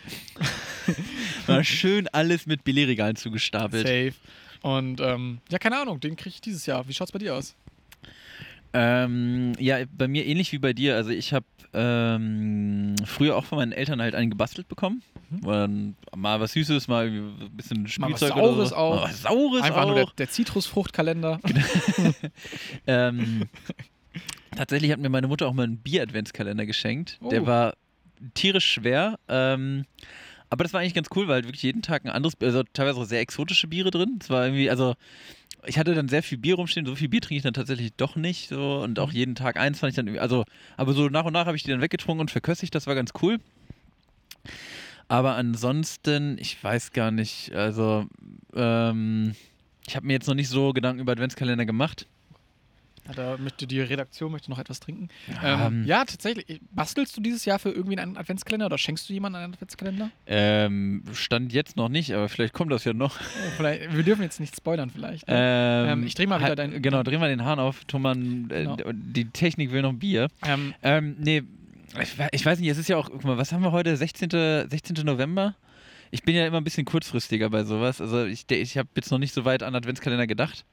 Speaker 1: War schön alles mit Billigregalen zugestapelt.
Speaker 2: Safe. Und ähm, ja, keine Ahnung, den kriege ich dieses Jahr. Wie schaut's bei dir aus?
Speaker 1: Ähm, ja, bei mir ähnlich wie bei dir. Also ich habe ähm, früher auch von meinen Eltern halt einen gebastelt bekommen.
Speaker 2: Mhm.
Speaker 1: Wo dann mal was Süßes, mal irgendwie ein bisschen Spielzeug oder
Speaker 2: Saures
Speaker 1: so.
Speaker 2: auch.
Speaker 1: Mal was Saures
Speaker 2: Einfach nur der,
Speaker 1: auch.
Speaker 2: der Zitrusfruchtkalender.
Speaker 1: Ähm, tatsächlich hat mir meine Mutter auch mal einen Bier-Adventskalender geschenkt. Der
Speaker 2: Oh.
Speaker 1: war tierisch schwer. Ähm, aber das war eigentlich ganz cool, weil wirklich jeden Tag ein anderes, also teilweise auch sehr exotische Biere drin. Es war irgendwie, also ich hatte dann sehr viel Bier rumstehen, so viel Bier trinke ich dann tatsächlich doch nicht. So, und auch jeden Tag eins fand ich dann irgendwie, also, aber so nach und nach habe ich die dann weggetrunken und verköstigt, das war ganz cool. Aber ansonsten, ich weiß gar nicht, also ähm, ich habe mir jetzt noch nicht so Gedanken über Adventskalender gemacht.
Speaker 2: Ja, Da möchte die Redaktion möchte noch etwas trinken.
Speaker 1: Ähm.
Speaker 2: Ähm, ja, tatsächlich. Bastelst du dieses Jahr für irgendwie einen Adventskalender oder schenkst du jemandem einen Adventskalender?
Speaker 1: Ähm, stand jetzt noch nicht, aber vielleicht kommt das ja noch.
Speaker 2: Oh, Vielleicht, wir dürfen jetzt nicht spoilern, vielleicht. ne?
Speaker 1: Ähm,
Speaker 2: Ähm, ich dreh mal wieder dein-
Speaker 1: Genau, dreh mal den Hahn auf, Thomann. Äh,
Speaker 2: Genau.
Speaker 1: Die Technik will noch Bier.
Speaker 2: Ähm,
Speaker 1: Ähm, nee, ich, we- ich weiß nicht, es ist ja auch, guck mal, was haben wir heute? 16. 16. November? Ich bin ja immer ein bisschen kurzfristiger bei sowas. Also ich, de- ich habe jetzt noch nicht so weit an Adventskalender gedacht.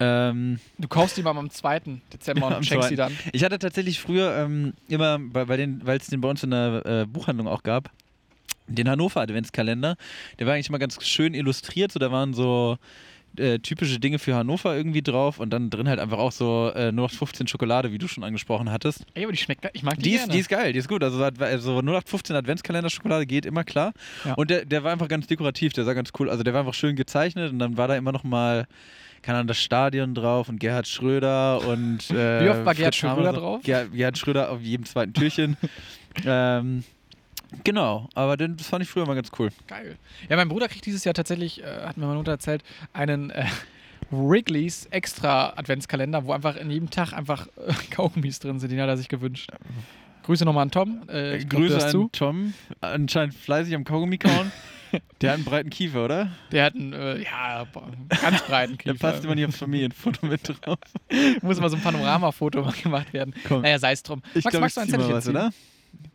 Speaker 1: Ähm,
Speaker 2: Du kaufst die mal am 2. Dezember
Speaker 1: Ja,
Speaker 2: und
Speaker 1: am
Speaker 2: checkst die dann.
Speaker 1: ich hatte tatsächlich früher ähm, immer, weil es den, weil's den bei uns in der äh, Buchhandlung auch gab, den Hannover Adventskalender. Der war eigentlich immer ganz schön illustriert. So, da waren so äh, typische Dinge für Hannover irgendwie drauf und dann drin halt einfach auch so äh, nur noch 15 Schokolade, wie du schon angesprochen hattest.
Speaker 2: Ey, aber die schmeckt geil. Ich mag die,
Speaker 1: Die ist,
Speaker 2: gerne.
Speaker 1: die ist geil, die ist gut. Also, hat- also 0815 Adventskalender-Schokolade geht immer klar.
Speaker 2: Ja.
Speaker 1: Und der, der war einfach ganz dekorativ, der sah ganz cool. Also der war einfach schön gezeichnet und dann war da immer noch mal, keine Ahnung, das Stadion drauf und Gerhard Schröder und. Äh,
Speaker 2: Wie oft war Gerhard
Speaker 1: Fritz
Speaker 2: Schröder
Speaker 1: Hamann so-
Speaker 2: drauf?
Speaker 1: Ger Gerhard Schröder auf jedem zweiten Türchen. ähm, genau, aber den, das fand ich früher mal ganz cool.
Speaker 2: Geil. Ja, mein Bruder kriegt dieses Jahr tatsächlich, äh, hat mir meine Mutter erzählt, einen äh, Wrigley's extra Adventskalender, wo einfach in jedem Tag einfach äh, Kaugummis drin sind. Den hat er sich gewünscht. Grüße nochmal an Tom. Äh, ich glaub, du
Speaker 1: Grüße
Speaker 2: hörst
Speaker 1: an
Speaker 2: zu.
Speaker 1: Tom, anscheinend fleißig am Kaugummi kauen. Der hat einen breiten Kiefer, oder?
Speaker 2: Der hat einen, äh, ja, boah, ganz breiten
Speaker 1: Der
Speaker 2: Kiefer.
Speaker 1: passt immer nicht aufs Familienfoto mit drauf.
Speaker 2: Muss mal so ein Panoramafoto mal gemacht werden.
Speaker 1: Komm.
Speaker 2: Naja, sei es drum.
Speaker 1: Ich
Speaker 2: Max,
Speaker 1: glaube, ich
Speaker 2: magst du ein
Speaker 1: zieh mal
Speaker 2: Zettelchen
Speaker 1: was,
Speaker 2: ziehen?
Speaker 1: oder?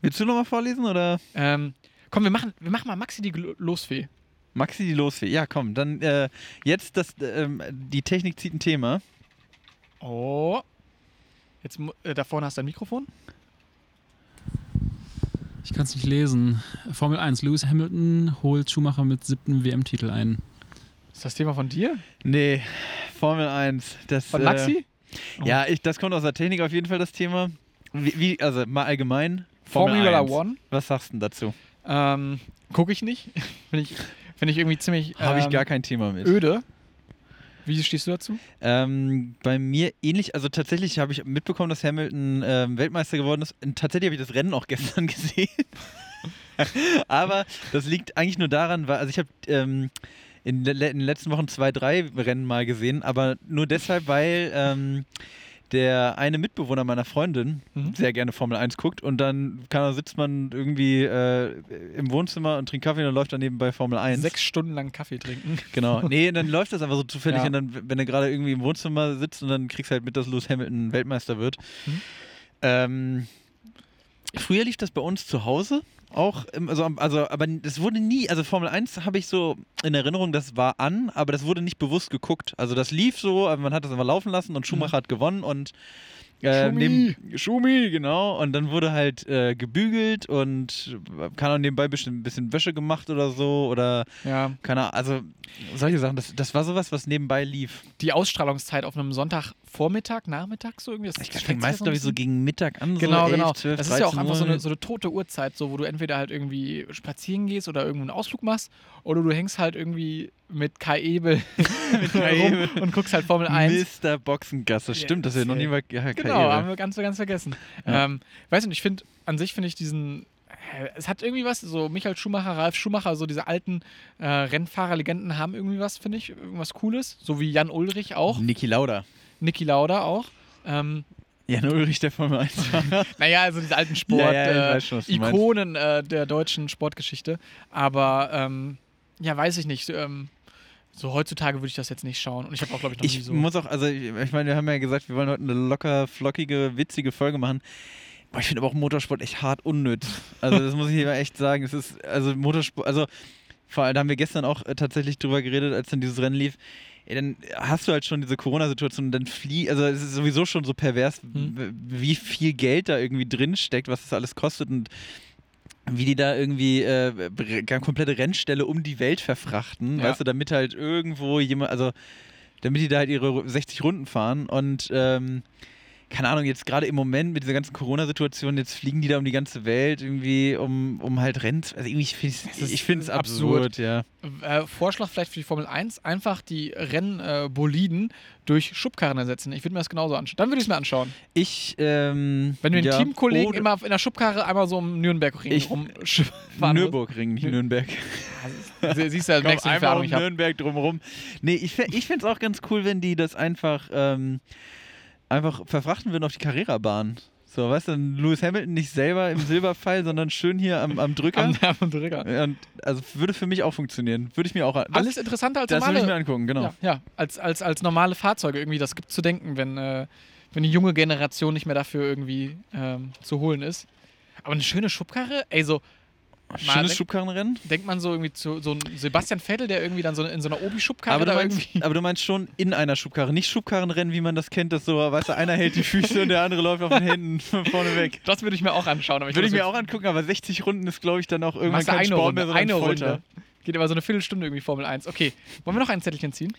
Speaker 1: Willst du nochmal vorlesen oder?
Speaker 2: Ähm, komm, wir machen, wir machen mal Maxi die Gl- Losfee.
Speaker 1: Maxi, die Losfee. Ja, komm, dann äh, jetzt das, ähm, die Technik zieht ein Thema.
Speaker 2: Oh. Jetzt, mu- äh, da vorne hast du ein Mikrofon.
Speaker 4: Ich kann es nicht lesen. Formel 1. Lewis Hamilton holt Schumacher mit siebten WM-Titel ein.
Speaker 2: Ist das Thema von dir?
Speaker 1: Nee, Formel 1. Das,
Speaker 2: Von Maxi?
Speaker 1: Äh, ja, ich, das kommt aus der Technik auf jeden Fall das Thema. Wie, wie also mal allgemein.
Speaker 2: Formula
Speaker 1: 1.
Speaker 2: One?
Speaker 1: Was sagst du denn dazu?
Speaker 2: Ähm, Gucke ich nicht. Finde ich, find ich irgendwie ziemlich
Speaker 1: Habe ich
Speaker 2: ähm,
Speaker 1: gar kein Thema mit.
Speaker 2: öde. Wie stehst du dazu?
Speaker 1: Ähm, bei mir ähnlich, also tatsächlich habe ich mitbekommen, dass Hamilton ähm, Weltmeister geworden ist. Und tatsächlich habe ich das Rennen auch gestern gesehen. Aber das liegt eigentlich nur daran, weil, also ich habe ähm, in, le- in den letzten Wochen zwei, drei Rennen mal gesehen, aber nur deshalb, weil ähm, der eine Mitbewohner meiner Freundin
Speaker 2: Mhm.
Speaker 1: sehr gerne Formel 1 guckt und dann kann, er- sitzt man irgendwie äh, im Wohnzimmer und trinkt Kaffee und dann läuft dann nebenbei Formel 1.
Speaker 2: Sechs Stunden lang Kaffee trinken.
Speaker 1: Genau. Nee, dann läuft das einfach so zufällig
Speaker 2: Ja.
Speaker 1: und dann, wenn du gerade irgendwie im Wohnzimmer sitzt und dann kriegst du halt mit, dass Lewis Hamilton Weltmeister wird.
Speaker 2: Mhm.
Speaker 1: Ähm, früher lief das bei uns zu Hause auch, im, also, am- also, aber das wurde nie, also Formel 1 habe ich so in Erinnerung, das war an, aber das wurde nicht bewusst geguckt. Also das lief so, aber man hat das immer laufen lassen und Schumacher hat gewonnen und äh,
Speaker 2: Hm. Schumi.
Speaker 1: neben- Schumi, genau. Und dann wurde halt äh, gebügelt und äh, keine Ahnung, nebenbei bestimmt ein bisschen Wäsche gemacht oder so oder
Speaker 2: Ja.
Speaker 1: keine Ahnung, also solche Sachen, das, das war sowas, was nebenbei lief.
Speaker 2: Die Ausstrahlungszeit auf einem Sonntagvormittag, Nachmittag so irgendwie. Das
Speaker 1: Ich
Speaker 2: streckt
Speaker 1: fing
Speaker 2: sich
Speaker 1: meistens,
Speaker 2: noch ein
Speaker 1: glaube ich, so
Speaker 2: bisschen.
Speaker 1: gegen Mittag an.
Speaker 2: Genau,
Speaker 1: so 11,
Speaker 2: genau.
Speaker 1: 12,
Speaker 2: das ist ja auch
Speaker 1: 13
Speaker 2: einfach so
Speaker 1: Uhr.
Speaker 2: eine, so eine tote Uhrzeit, so, wo du entweder halt irgendwie spazieren gehst oder irgendwo einen Ausflug machst oder du hängst halt irgendwie mit Kai Ebel
Speaker 1: Kai Ebel.
Speaker 2: rum und guckst halt Formel 1.
Speaker 1: Mr. Boxengasse. Stimmt, das ist ja noch nie mal ja,
Speaker 2: Genau, haben wir ganz, ganz vergessen.
Speaker 1: Ja.
Speaker 2: Ähm, weiß nicht, ich finde, an sich finde ich diesen. äh, Es hat irgendwie was, so Michael Schumacher, Ralf Schumacher, so diese alten äh, Rennfahrerlegenden haben irgendwie was, finde ich, irgendwas Cooles. So wie Jan Ulrich auch,
Speaker 1: Niki Lauda.
Speaker 2: Niki Lauda auch. Ähm,
Speaker 1: Jan Ulrich, der Formel 1 war.
Speaker 2: naja, also diese alten Sport,
Speaker 1: Ja, ja, ich
Speaker 2: äh,
Speaker 1: weiß schon, was du meinst.
Speaker 2: Ikonen äh, der deutschen Sportgeschichte. Aber ähm, ja, weiß ich nicht. Ähm, so heutzutage würde ich das jetzt nicht schauen. Und ich habe auch, glaube ich, noch nie
Speaker 1: Ich
Speaker 2: so.
Speaker 1: muss auch, also ich, ich meine, wir haben ja gesagt, wir wollen heute eine locker, flockige, witzige Folge machen. Boah, ich finde aber auch Motorsport echt hart unnütz. Also das muss ich hier mal echt sagen. Es ist, also Motorsport, also vor allem, da haben wir gestern auch äh, tatsächlich drüber geredet, als dann dieses Rennen lief. Ey, dann hast du halt schon diese Corona-Situation und dann flie, also es ist sowieso schon so pervers,
Speaker 2: Hm.
Speaker 1: w- wie viel Geld da irgendwie drin steckt, was das alles kostet und wie die da irgendwie äh, re- komplette Rennstelle um die Welt verfrachten,
Speaker 2: Ja.
Speaker 1: weißt du, damit halt irgendwo jemand, also damit die da halt ihre Ru- 60 Runden fahren und ähm, keine Ahnung, jetzt gerade im Moment mit dieser ganzen Corona-Situation, jetzt fliegen die da um die ganze Welt irgendwie, um, um halt Rennen zu, also irgendwie, ich finde
Speaker 2: Es ist
Speaker 1: es ich find's absurd,
Speaker 2: absurd.
Speaker 1: ja.
Speaker 2: äh, Vorschlag vielleicht für die Formel 1, einfach die Rennboliden äh, Boliden durch Schubkarren ersetzen. Ich würde mir das genauso anschauen. Dann würde ich es mir anschauen.
Speaker 1: Ich, ähm,
Speaker 2: Wenn du den
Speaker 1: ja,
Speaker 2: Teamkollegen
Speaker 1: oder-
Speaker 2: immer in der Schubkarre einmal so um Nürnberg-Ring
Speaker 1: Ich-
Speaker 2: rumfahren
Speaker 1: Nürburgring, nicht
Speaker 2: Nür-
Speaker 1: Nürnberg.
Speaker 2: musst. Also, Sie- Siehst du,
Speaker 1: Komm,
Speaker 2: merkst du, wie viel
Speaker 1: einmal
Speaker 2: Ahnung
Speaker 1: um
Speaker 2: ich habe.
Speaker 1: Nürnberg drumherum. Nee, ich, fä- ich fände es auch ganz cool, wenn die das einfach, ähm, einfach verfrachten würden auf die Carrera-Bahn. So, weißt du, dann Lewis Hamilton nicht selber im Silberpfeil, sondern schön hier am, am Drücker.
Speaker 2: Am, am Drücker.
Speaker 1: Und, also würde für mich auch funktionieren. Würde ich mir auch an. Das,
Speaker 2: Alles interessanter als
Speaker 1: das würde ich mir
Speaker 2: normale,
Speaker 1: angucken, genau.
Speaker 2: ja, ja, als, als, als normale Fahrzeuge. Irgendwie, das gibt zu denken, wenn, äh, wenn die junge Generation nicht mehr dafür irgendwie ähm, zu holen ist. Aber eine schöne Schubkarre, ey, so
Speaker 1: Schönes
Speaker 2: denk-
Speaker 1: Schubkarrenrennen.
Speaker 2: Denkt man so irgendwie zu so einem Sebastian Vettel, der irgendwie dann so in so einer Obi-Schubkarre
Speaker 1: Aber du,
Speaker 2: da
Speaker 1: meinst,
Speaker 2: irgendwie.
Speaker 1: aber du meinst schon in einer Schubkarre, nicht Schubkarrenrennen, wie man das kennt, dass so, weißt du, einer hält die Füße und der andere läuft auf den Händen vorne weg. Also
Speaker 2: Das würde ich mir auch anschauen. Aber
Speaker 1: Würde ich
Speaker 2: glaub,
Speaker 1: mir auch angucken, aber 60 Runden ist, glaube ich, dann auch irgendwann
Speaker 2: Machst du
Speaker 1: kein
Speaker 2: eine
Speaker 1: Sport mehr,
Speaker 2: Runde,
Speaker 1: sondern
Speaker 2: eine
Speaker 1: Folter.
Speaker 2: Runde. Geht aber so eine Viertelstunde irgendwie Formel 1. Okay, wollen wir noch ein Zettelchen ziehen?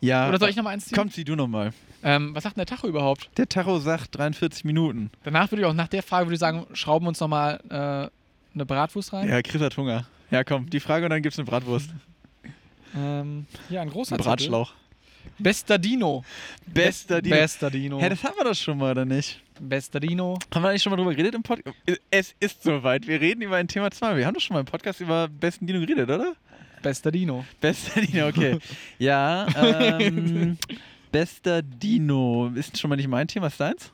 Speaker 1: Ja.
Speaker 2: Oder soll ich noch mal eins ziehen?
Speaker 1: Ah, Komm, zieh du nochmal.
Speaker 2: Ähm, was sagt denn der Tacho überhaupt?
Speaker 1: Der Tacho sagt 43 Minuten.
Speaker 2: Danach würde ich auch, nach der Frage würde ich sagen, schrauben wir uns nochmal äh, eine Bratwurst rein.
Speaker 1: Ja, Chris hat Hunger. Ja, komm, die Frage und dann gibt's eine Bratwurst.
Speaker 2: Ähm, ja, ein großer
Speaker 1: Ein
Speaker 2: Zettel.
Speaker 1: Bratschlauch.
Speaker 2: Bester Dino.
Speaker 1: Bester Deal.
Speaker 2: Bester Dino.
Speaker 1: Hä, das haben wir doch schon mal, oder nicht?
Speaker 2: Bester Dino.
Speaker 1: Haben wir eigentlich schon mal drüber geredet im Podcast? Es ist soweit. Wir reden über ein Thema zweimal. Wir haben doch schon mal im Podcast über besten Dino geredet, oder?
Speaker 2: Bester Dino.
Speaker 1: Bester Dino, okay. ja, ähm, bester Dino. Ist schon mal nicht mein Thema, ist deins?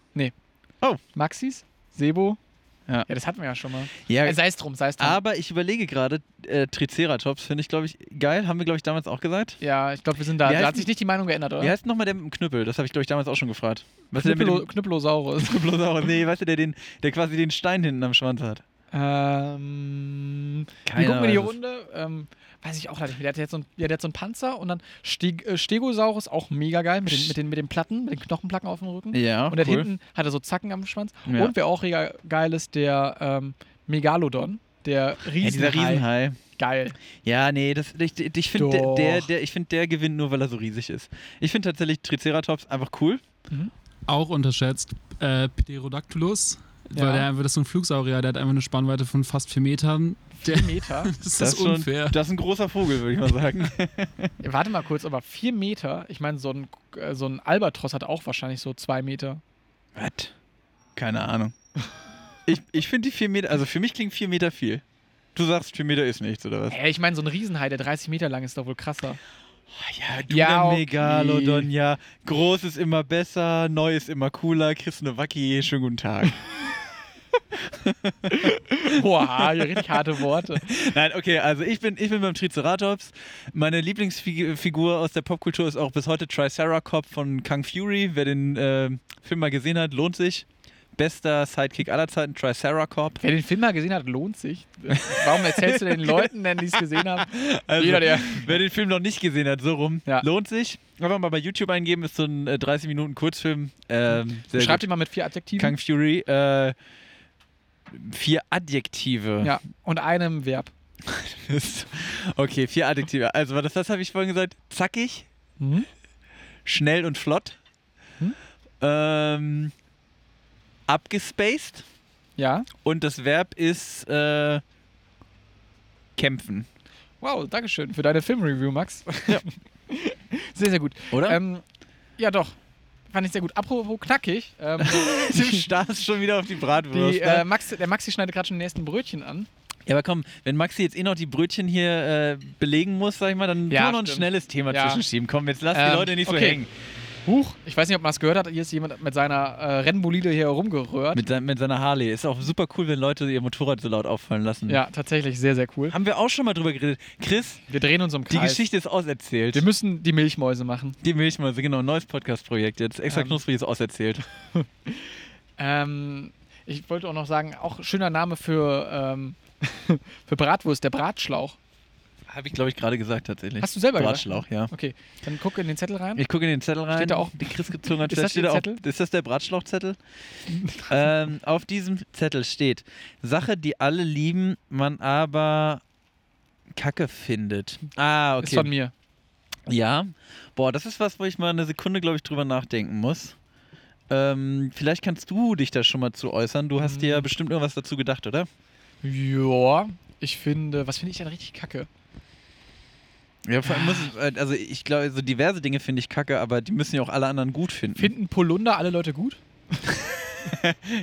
Speaker 2: Maxis? Sebo?
Speaker 1: Ja.
Speaker 2: das hatten wir ja schon mal.
Speaker 1: Ja, Ah,
Speaker 2: Äh, sei es drum, sei es drum.
Speaker 1: aber ich überlege gerade, äh, Triceratops finde ich, glaube ich, geil. Haben wir, glaube ich, damals auch gesagt.
Speaker 2: ja, ich glaube, wir sind da.
Speaker 1: Wie
Speaker 2: Da
Speaker 1: heißt
Speaker 2: hat sich
Speaker 1: denn-
Speaker 2: nicht die Meinung geändert,
Speaker 1: Wie
Speaker 2: oder?
Speaker 1: heißt denn nochmal der mit dem Knüppel? Das habe ich, glaube ich, damals auch schon gefragt. Was ist der mit
Speaker 2: Knüppelo
Speaker 1: dem
Speaker 2: Knüppelosaurus.
Speaker 1: Knüppelsaurus? Nee, weißt du, der, den, der quasi den Stein hinten am Schwanz hat.
Speaker 2: ähm, wir
Speaker 1: Keiner
Speaker 2: gucken in die
Speaker 1: weiß es.
Speaker 2: Runde. Ähm, weiß ich auch leider nicht mehr. Der hat jetzt so einen, ja, der hat so einen Panzer und dann Steg äh, Stegosaurus, auch mega geil, mit den, mit, den, mit den Platten, mit den Knochenplatten auf dem Rücken.
Speaker 1: Ja,
Speaker 2: und dann hinten hat er so Zacken am Schwanz.
Speaker 1: Ja.
Speaker 2: Und wer auch mega geil ist, der ähm, Megalodon. Der
Speaker 1: ja,
Speaker 2: Riesenhai.
Speaker 1: dieser Riesenhai.
Speaker 2: Geil.
Speaker 1: Ja, nee, das, ich, ich finde, der, der,
Speaker 2: Doch.
Speaker 1: der, ich find, der gewinnt nur, weil er so riesig ist. Ich finde tatsächlich Triceratops einfach cool.
Speaker 4: Auch unterschätzt. Äh, Pterodactylus.
Speaker 2: Ja.
Speaker 4: Weil der einfach, das ist so ein Flugsaurier, der hat einfach eine Spannweite von fast vier Metern. Der,
Speaker 2: Meter.
Speaker 4: das ist das
Speaker 1: ist schon-
Speaker 4: unfair.
Speaker 1: Das ist ein großer Vogel, würde ich mal sagen.
Speaker 2: Ja, Warte mal kurz, aber vier Meter, ich meine, so ein, äh, so ein Albatros hat auch wahrscheinlich so zwei Meter.
Speaker 1: Was? Keine Ahnung. Ich, ich finde die vier Meter, also für mich klingt vier Meter viel. Du sagst, vier Meter ist nichts, oder was?
Speaker 2: Äh, ich meine, so ein Riesenhai, der 30 Meter lang ist, doch wohl krasser.
Speaker 1: Ja, du
Speaker 2: Ja,
Speaker 1: der
Speaker 2: okay.
Speaker 1: Megalodon, ja. Groß ist immer besser, neu ist immer cooler, kriegst eine Wacki, schönen guten Tag.
Speaker 2: Boah, hier richtig harte Worte.
Speaker 1: Nein, okay, also ich bin, ich bin beim Triceratops. Meine Lieblingsfigur aus der Popkultur ist auch bis heute Triceracop von Kung Fury. Wer den ähm, Film mal gesehen hat, lohnt sich. Bester Sidekick aller Zeiten, Triceracop.
Speaker 2: Wer den Film mal gesehen hat, lohnt sich. Warum erzählst du den Leuten denn, die es gesehen haben?
Speaker 1: Also,
Speaker 2: Jeder, der-
Speaker 1: wer den Film noch nicht gesehen hat, so rum,
Speaker 2: Ja.
Speaker 1: lohnt sich. Einfach mal bei YouTube eingeben, ist so ein äh, 30 Minuten Kurzfilm. Ähm, sehr
Speaker 2: Schreib
Speaker 1: gut.
Speaker 2: dir mal mit vier Adjektiven.
Speaker 1: Kung Fury. Äh, vier Adjektive.
Speaker 2: ja, und einem Verb.
Speaker 1: Ist- Okay, vier Adjektive. Also, was, was habe ich vorhin gesagt? Zackig, Hm?
Speaker 2: Mhm.
Speaker 1: schnell und flott.
Speaker 2: Hm?
Speaker 1: Ähm, abgespaced.
Speaker 2: Ja.
Speaker 1: Und das Verb ist äh, kämpfen.
Speaker 2: Wow, Dankeschön für deine Filmreview, Max. Sehr, sehr gut.
Speaker 1: Oder?
Speaker 2: Ähm, ja, doch. Fand ich sehr gut. Apropos knackig. Ähm,
Speaker 1: du starrst schon wieder auf die Bratwurst.
Speaker 2: die,
Speaker 1: ne?
Speaker 2: äh, Max, der Maxi schneidet gerade schon den nächsten Brötchen an.
Speaker 1: Ja, aber komm, wenn Maxi jetzt eh noch die Brötchen hier äh, belegen muss, sag ich mal, dann
Speaker 2: Ja,
Speaker 1: können wir noch ein
Speaker 2: stimmt.
Speaker 1: schnelles Thema
Speaker 2: Ja.
Speaker 1: zwischenschieben. Komm, jetzt lass
Speaker 2: Ähm,
Speaker 1: die Leute nicht so
Speaker 2: okay.
Speaker 1: hängen.
Speaker 2: Huch, ich weiß nicht, ob man das gehört hat. Hier ist jemand mit seiner äh, Rennbolide hier rumgerührt.
Speaker 1: Mit, sein, mit seiner Harley. Ist auch super cool, wenn Leute ihr Motorrad so laut auffallen lassen.
Speaker 2: ja, tatsächlich sehr, sehr cool.
Speaker 1: Haben wir auch schon mal drüber geredet. Chris,
Speaker 2: Wir drehen uns um
Speaker 1: die
Speaker 2: Kreis.
Speaker 1: Geschichte ist auserzählt.
Speaker 2: Wir müssen die Milchmäuse machen.
Speaker 1: Die Milchmäuse, genau, neues Podcast-Projekt jetzt. Extra
Speaker 2: Ähm.
Speaker 1: knusprig ist auserzählt.
Speaker 2: Ähm, ich wollte auch noch sagen, auch schöner Name für, ähm, für Bratwurst, der Bratschlauch.
Speaker 1: Habe ich, glaube ich, gerade gesagt tatsächlich.
Speaker 2: Hast du selber gesagt?
Speaker 1: Bratschlauch, ja.
Speaker 2: Okay, dann guck in den Zettel rein.
Speaker 1: Ich gucke in den Zettel rein.
Speaker 2: Steht da auch-
Speaker 1: die Chris gezogen hat,
Speaker 2: Ist
Speaker 1: steht-
Speaker 2: das
Speaker 1: steht
Speaker 2: der
Speaker 1: da auch,
Speaker 2: Zettel?
Speaker 1: ist das der Bratschlauchzettel? ähm, auf diesem Zettel steht: Sache, die alle lieben, man aber Kacke findet. Ah, okay.
Speaker 2: Ist von mir.
Speaker 1: Ja. Boah, das ist was, wo ich mal eine Sekunde, glaube ich, drüber nachdenken muss. Ähm, vielleicht kannst du dich da schon mal zu äußern. Du hast dir
Speaker 2: Mhm.
Speaker 1: ja bestimmt irgendwas dazu gedacht, oder?
Speaker 2: Joa, ich finde, was finde ich denn richtig kacke?
Speaker 1: Ja, vor allem muss ich, äh, also ich glaube, so diverse Dinge finde ich kacke, aber die müssen ja auch alle anderen gut finden.
Speaker 2: Finden Polunder alle Leute gut?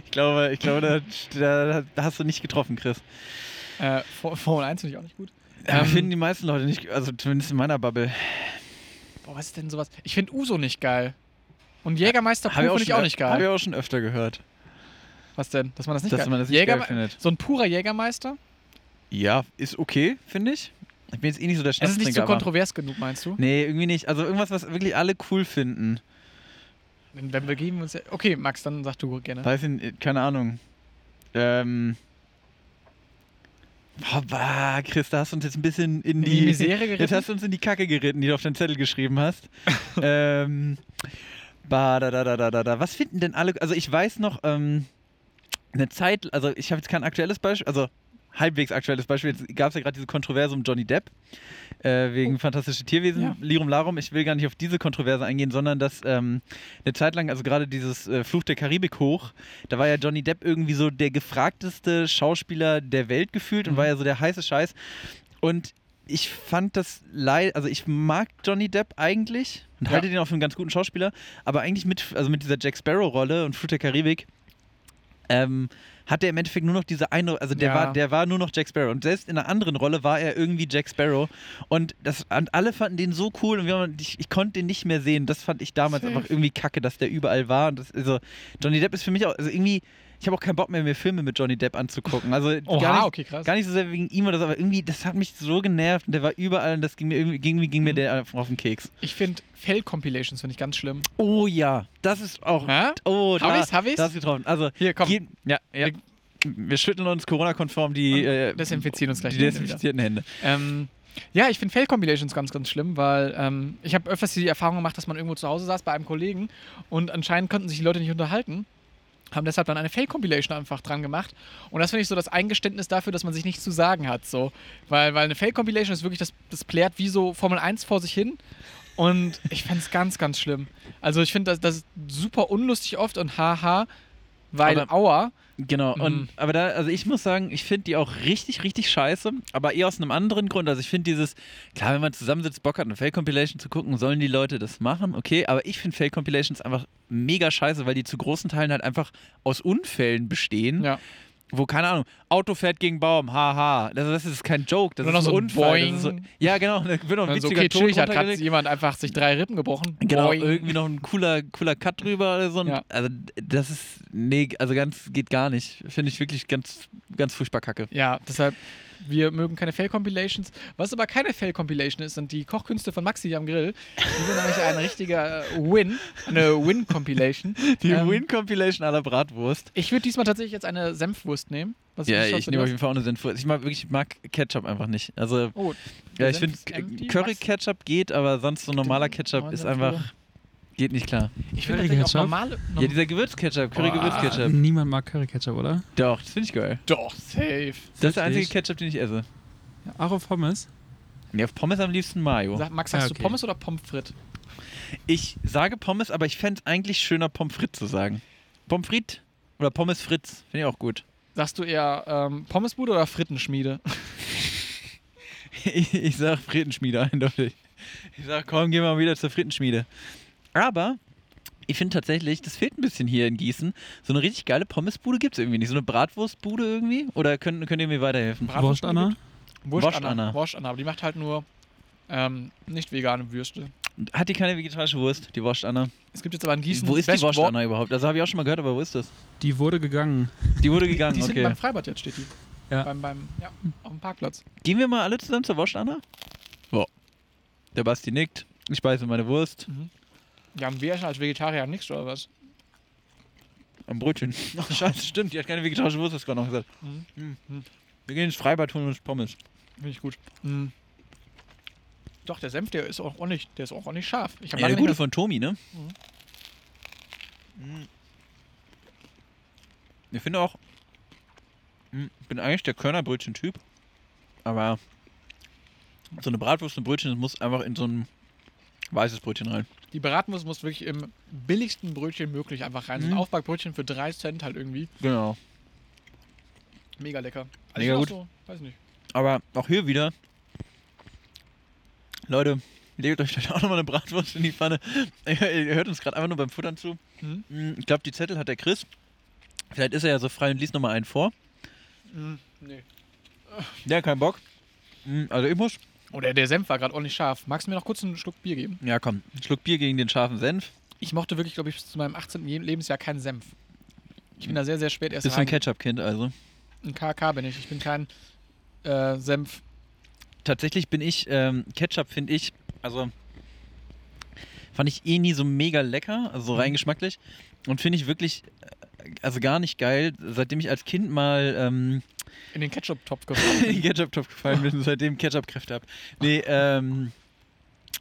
Speaker 1: ich glaube, ich glaube da, da hast du nicht getroffen, Chris.
Speaker 2: Äh, For- Formel 1 finde ich auch nicht gut.
Speaker 1: Ja,
Speaker 2: Ähm,
Speaker 1: finden die meisten Leute nicht, also zumindest in meiner Bubble.
Speaker 2: Boah, was ist denn sowas? Ich finde Uso nicht geil. Und Jägermeister
Speaker 1: Hab
Speaker 2: Pur finde ich auch
Speaker 1: schon-
Speaker 2: nicht
Speaker 1: Hab ich
Speaker 2: geil.
Speaker 1: auch schon öfter gehört.
Speaker 2: Was denn? Dass man das nicht
Speaker 1: Dass
Speaker 2: geil
Speaker 1: man das nicht geil findet.
Speaker 2: So ein purer Jägermeister?
Speaker 1: Ja, ist okay, finde ich. Ich bin jetzt eh nicht so der
Speaker 2: Es ist nicht so
Speaker 1: aber-
Speaker 2: kontrovers genug, meinst du?
Speaker 1: Nee, irgendwie nicht. Also irgendwas, was wirklich alle cool finden.
Speaker 2: Wenn, wenn wir geben uns. ja- Okay, Max, dann ne?
Speaker 1: äh,
Speaker 2: sag du gerne.
Speaker 1: Weiß ich, nicht, keine Ahnung. Ähm. Hoppa, Chris, da hast du uns jetzt ein bisschen in
Speaker 2: die
Speaker 1: die,
Speaker 2: Misere geritten?
Speaker 1: Jetzt hast du uns in die Kacke geritten, die du auf deinen Zettel geschrieben hast. ähm, ba, da, da, da, da, da, da. Was finden denn alle? Also ich weiß noch ähm, eine Zeit, also ich habe jetzt kein aktuelles Beispiel, also halbwegs aktuelles Beispiel. Jetzt gab es ja gerade diese Kontroverse um Johnny Depp äh, wegen fantastische Tierwesen,
Speaker 2: Ja.
Speaker 1: Lirum Larum. Ich will gar nicht auf diese Kontroverse eingehen, sondern dass ähm, eine Zeit lang, also gerade dieses äh, Fluch der Karibik hoch, da war ja Johnny Depp irgendwie so der gefragteste Schauspieler der Welt gefühlt und war ja so der heiße Scheiß. Und ich fand das leid, also ich mag Johnny Depp eigentlich und
Speaker 2: Ja.
Speaker 1: halte den auch für einen ganz guten Schauspieler, aber eigentlich mit, also mit dieser Jack Sparrow-Rolle und Flut der Karibik ähm, hat er im Endeffekt nur noch diese eine, also der
Speaker 2: Ja.
Speaker 1: war, der war nur noch Jack Sparrow und selbst in einer anderen Rolle war er irgendwie Jack Sparrow und das und alle fanden den so cool und wir haben, ich, ich konnte den nicht mehr sehen. Das fand ich damals
Speaker 2: Safe.
Speaker 1: einfach irgendwie kacke, dass der überall war und das, also Johnny Depp ist für mich auch, also irgendwie, ich habe auch keinen Bock mehr, mir Filme mit Johnny Depp anzugucken. Also gar
Speaker 2: Oha,
Speaker 1: nicht,
Speaker 2: okay, krass.
Speaker 1: Gar nicht so sehr wegen ihm oder so, aber irgendwie, das hat mich so genervt und der war überall und das ging mir irgendwie, ging, mir- ging
Speaker 2: Mhm.
Speaker 1: mir der auf auf den Keks.
Speaker 2: Ich finde Fail-Compilations finde ich ganz schlimm.
Speaker 1: Oh ja, das ist auch.
Speaker 2: Hä?
Speaker 1: Oh,
Speaker 2: Hab
Speaker 1: da,
Speaker 2: ich's, hab ich's?
Speaker 1: das getroffen. Also
Speaker 2: Hier, komm.
Speaker 1: Geh- ja, ja.
Speaker 2: Wir-
Speaker 1: Wir schütteln uns Corona-konform die, äh,
Speaker 2: Desinfizieren uns gleich
Speaker 1: die
Speaker 2: die Hände wieder.
Speaker 1: desinfizierten Hände.
Speaker 2: Ähm, ja, ich finde Fail-Compilations ganz, ganz schlimm, weil ähm, ich habe öfters die Erfahrung gemacht, dass man irgendwo zu Hause saß bei einem Kollegen und anscheinend konnten sich die Leute nicht unterhalten. Haben deshalb dann eine Fail-Compilation einfach dran gemacht. Und das finde ich so das Eingeständnis dafür, dass man sich nichts zu sagen hat. So. Weil, weil eine Fail-Compilation ist wirklich, das, das plärt wie so Formel 1 vor sich hin. Und ich fände es ganz, ganz schlimm. Also ich finde das, das ist super unlustig oft und haha, weil
Speaker 1: Aber-
Speaker 2: aua.
Speaker 1: Genau,
Speaker 2: Mhm.
Speaker 1: und aber da, also ich muss sagen, ich finde die auch richtig, richtig scheiße, aber eher aus einem anderen Grund. Also ich finde dieses, klar, wenn man zusammensitzt, Bock hat, eine Fail-Compilation zu gucken, sollen die Leute das machen, okay, aber ich finde Fail-Compilations einfach mega scheiße, weil die zu großen Teilen halt einfach aus Unfällen bestehen,
Speaker 2: Ja.
Speaker 1: wo, keine Ahnung, Auto fährt gegen Baum, haha. Also das ist kein Joke, das ist
Speaker 2: Nur noch
Speaker 1: ein
Speaker 2: so ein
Speaker 1: Unfall. Das ist so,
Speaker 2: Boing.
Speaker 1: ja, genau, da wird noch ein
Speaker 2: Und
Speaker 1: witziger
Speaker 2: so, Also, okay,
Speaker 1: Ton
Speaker 2: chillig hat gerade
Speaker 1: runtergelegt.
Speaker 2: jemand einfach sich drei Rippen gebrochen.
Speaker 1: Genau,
Speaker 2: Boing.
Speaker 1: irgendwie noch ein cooler, cooler Cut drüber oder so. Und
Speaker 2: Ja.
Speaker 1: Also das ist, nee, also ganz, geht gar nicht. Finde ich wirklich ganz, ganz furchtbar kacke.
Speaker 2: Ja, deshalb, wir mögen keine Fail-Compilations. Was aber keine Fail-Compilation ist, sind die Kochkünste von Maxi am Grill. Die sind nämlich ein richtiger äh, Win, eine Win-Compilation.
Speaker 1: Die
Speaker 2: Ähm,
Speaker 1: Win-Compilation aller Bratwurst.
Speaker 2: Ich würde diesmal tatsächlich jetzt eine Senfwurst nehmen. Was
Speaker 1: Ja,
Speaker 2: was schaust
Speaker 1: ich
Speaker 2: du
Speaker 1: nehme auf
Speaker 2: dir
Speaker 1: jeden Fall auch eine Senfwurst. Ich mag wirklich, ich mag Ketchup einfach nicht. Also,
Speaker 2: aus? Oh,
Speaker 1: ja,
Speaker 2: der
Speaker 1: ich
Speaker 2: Senf
Speaker 1: finde,
Speaker 2: ist empty, Max.
Speaker 1: Curry-Ketchup geht, aber sonst so normaler Ketchup
Speaker 2: neuen
Speaker 1: ist
Speaker 2: Senf
Speaker 1: einfach, geht nicht klar.
Speaker 2: Ich würde
Speaker 4: Curry
Speaker 2: tatsächlich auch
Speaker 4: Ketchup?
Speaker 2: normale. Norm
Speaker 1: Ja, dieser Gewürzketchup,
Speaker 4: Ah,
Speaker 1: Curry-Gewürzketchup.
Speaker 4: niemand mag Curry Ketchup, oder?
Speaker 1: Doch, das finde ich geil.
Speaker 2: doch,
Speaker 1: Das
Speaker 2: safe.
Speaker 1: ist der
Speaker 4: Wirklich?
Speaker 1: einzige Ketchup, den ich esse.
Speaker 4: Auch auf Pommes?
Speaker 1: Ja, auf Pommes am liebsten Mayo.
Speaker 2: Sag, Max,
Speaker 4: Ja,
Speaker 2: hast
Speaker 4: okay.
Speaker 2: du Pommes oder Pommes frites?
Speaker 1: Ich sage Pommes, aber ich fände es eigentlich schöner, Pommes frites zu sagen. Pommes frites oder Pommes Fritz, finde ich auch gut.
Speaker 2: Sagst du eher ähm, Pommesbude oder Frittenschmiede?
Speaker 1: Ich, ich sage Frittenschmiede eindeutig. Ich sage, komm, gehen wir mal wieder zur Frittenschmiede. Aber ich finde tatsächlich, das fehlt ein bisschen hier in Gießen. So eine richtig geile Pommesbude gibt es irgendwie nicht. So eine Bratwurstbude irgendwie? Oder könnt, könnt ihr mir weiterhelfen?
Speaker 2: Bratwurstbude
Speaker 4: Wurst, Anna?
Speaker 2: Wurst
Speaker 1: Wurst
Speaker 2: Anna.
Speaker 1: Anna.
Speaker 2: Wurst Anna, aber die macht halt nur ähm, nicht vegane Würste.
Speaker 1: Hat die keine vegetarische Wurst, die Wurst Anna?
Speaker 2: Es gibt jetzt aber in Gießen
Speaker 1: Wo ist die
Speaker 2: Best
Speaker 1: Wurst
Speaker 2: Wor-
Speaker 1: Anna überhaupt? Also habe ich auch schon mal gehört, aber wo ist das?
Speaker 4: Die wurde gegangen.
Speaker 1: Die wurde gegangen,
Speaker 2: Die sind
Speaker 1: okay.
Speaker 2: beim Freibad jetzt, steht die.
Speaker 4: Ja.
Speaker 2: Beim, beim, ja, auf dem Parkplatz.
Speaker 1: Gehen wir mal alle zusammen zur Wurst Anna? Boah. Der Basti nickt. Ich beiße meine Wurst.
Speaker 2: Ja, und wir essen als Vegetarier nichts oder was?
Speaker 1: Am Brötchen. Ach, scheiße, stimmt. Die hat keine vegetarische Wurst, hast du gerade noch gesagt.
Speaker 2: Mhm.
Speaker 1: Mhm. Wir gehen ins Freibad, holen uns Pommes.
Speaker 2: Finde ich gut. Mhm. Doch, der Senf, der ist auch ordentlich, der ist auch ordentlich scharf. Ich habe
Speaker 1: Ja,
Speaker 2: lange
Speaker 1: der
Speaker 2: nicht
Speaker 1: gute
Speaker 2: mehr-
Speaker 1: von Tomi, ne? Mhm. Ich finde auch, mh, ich bin eigentlich der Körnerbrötchen-Typ, aber so eine Bratwurst und Brötchen das muss einfach in so ein weißes Brötchen rein.
Speaker 2: die Bratwurst muss wirklich im billigsten Brötchen möglich einfach rein. So ein
Speaker 1: Mhm.
Speaker 2: Aufbackbrötchen für 3 Cent halt irgendwie.
Speaker 1: Genau.
Speaker 2: Mega lecker.
Speaker 1: Mega
Speaker 2: ich
Speaker 1: gut.
Speaker 2: bin auch So, weiß nicht.
Speaker 1: Aber auch hier wieder, Leute, legt euch vielleicht auch nochmal eine Bratwurst in die Pfanne. Ihr, ihr hört uns gerade einfach nur beim Futtern zu.
Speaker 2: Mhm.
Speaker 1: Mm, Ich glaube, die Zettel hat der Chris. Vielleicht ist er ja so frei und liest nochmal einen vor.
Speaker 2: Mhm. Nee.
Speaker 1: Ja, kein Bock. Mm, Also ich muss.
Speaker 2: Oh, der, der Senf war gerade ordentlich scharf. Magst du mir noch kurz einen Schluck Bier geben?
Speaker 1: Ja, komm. Ein Schluck Bier gegen den scharfen Senf.
Speaker 2: Ich mochte wirklich, glaube ich, bis zu meinem 18. Je- Lebensjahr keinen Senf. Ich bin da sehr, sehr spät erst
Speaker 1: Bisschen
Speaker 2: rein.
Speaker 1: Ketchup-Kind also.
Speaker 2: Ein KK bin ich. Ich bin kein äh, Senf.
Speaker 1: Tatsächlich bin ich, ähm, Ketchup finde ich, also fand ich eh nie so mega lecker, also so rein geschmacklich. Und finde ich wirklich, äh, also gar nicht geil. Seitdem ich als Kind mal ähm,
Speaker 2: in den Ketchup-Topf gefallen.
Speaker 1: in den Ketchup-Topf gefallen bin und seitdem Ketchup-Kräfte habe. Nee, ähm.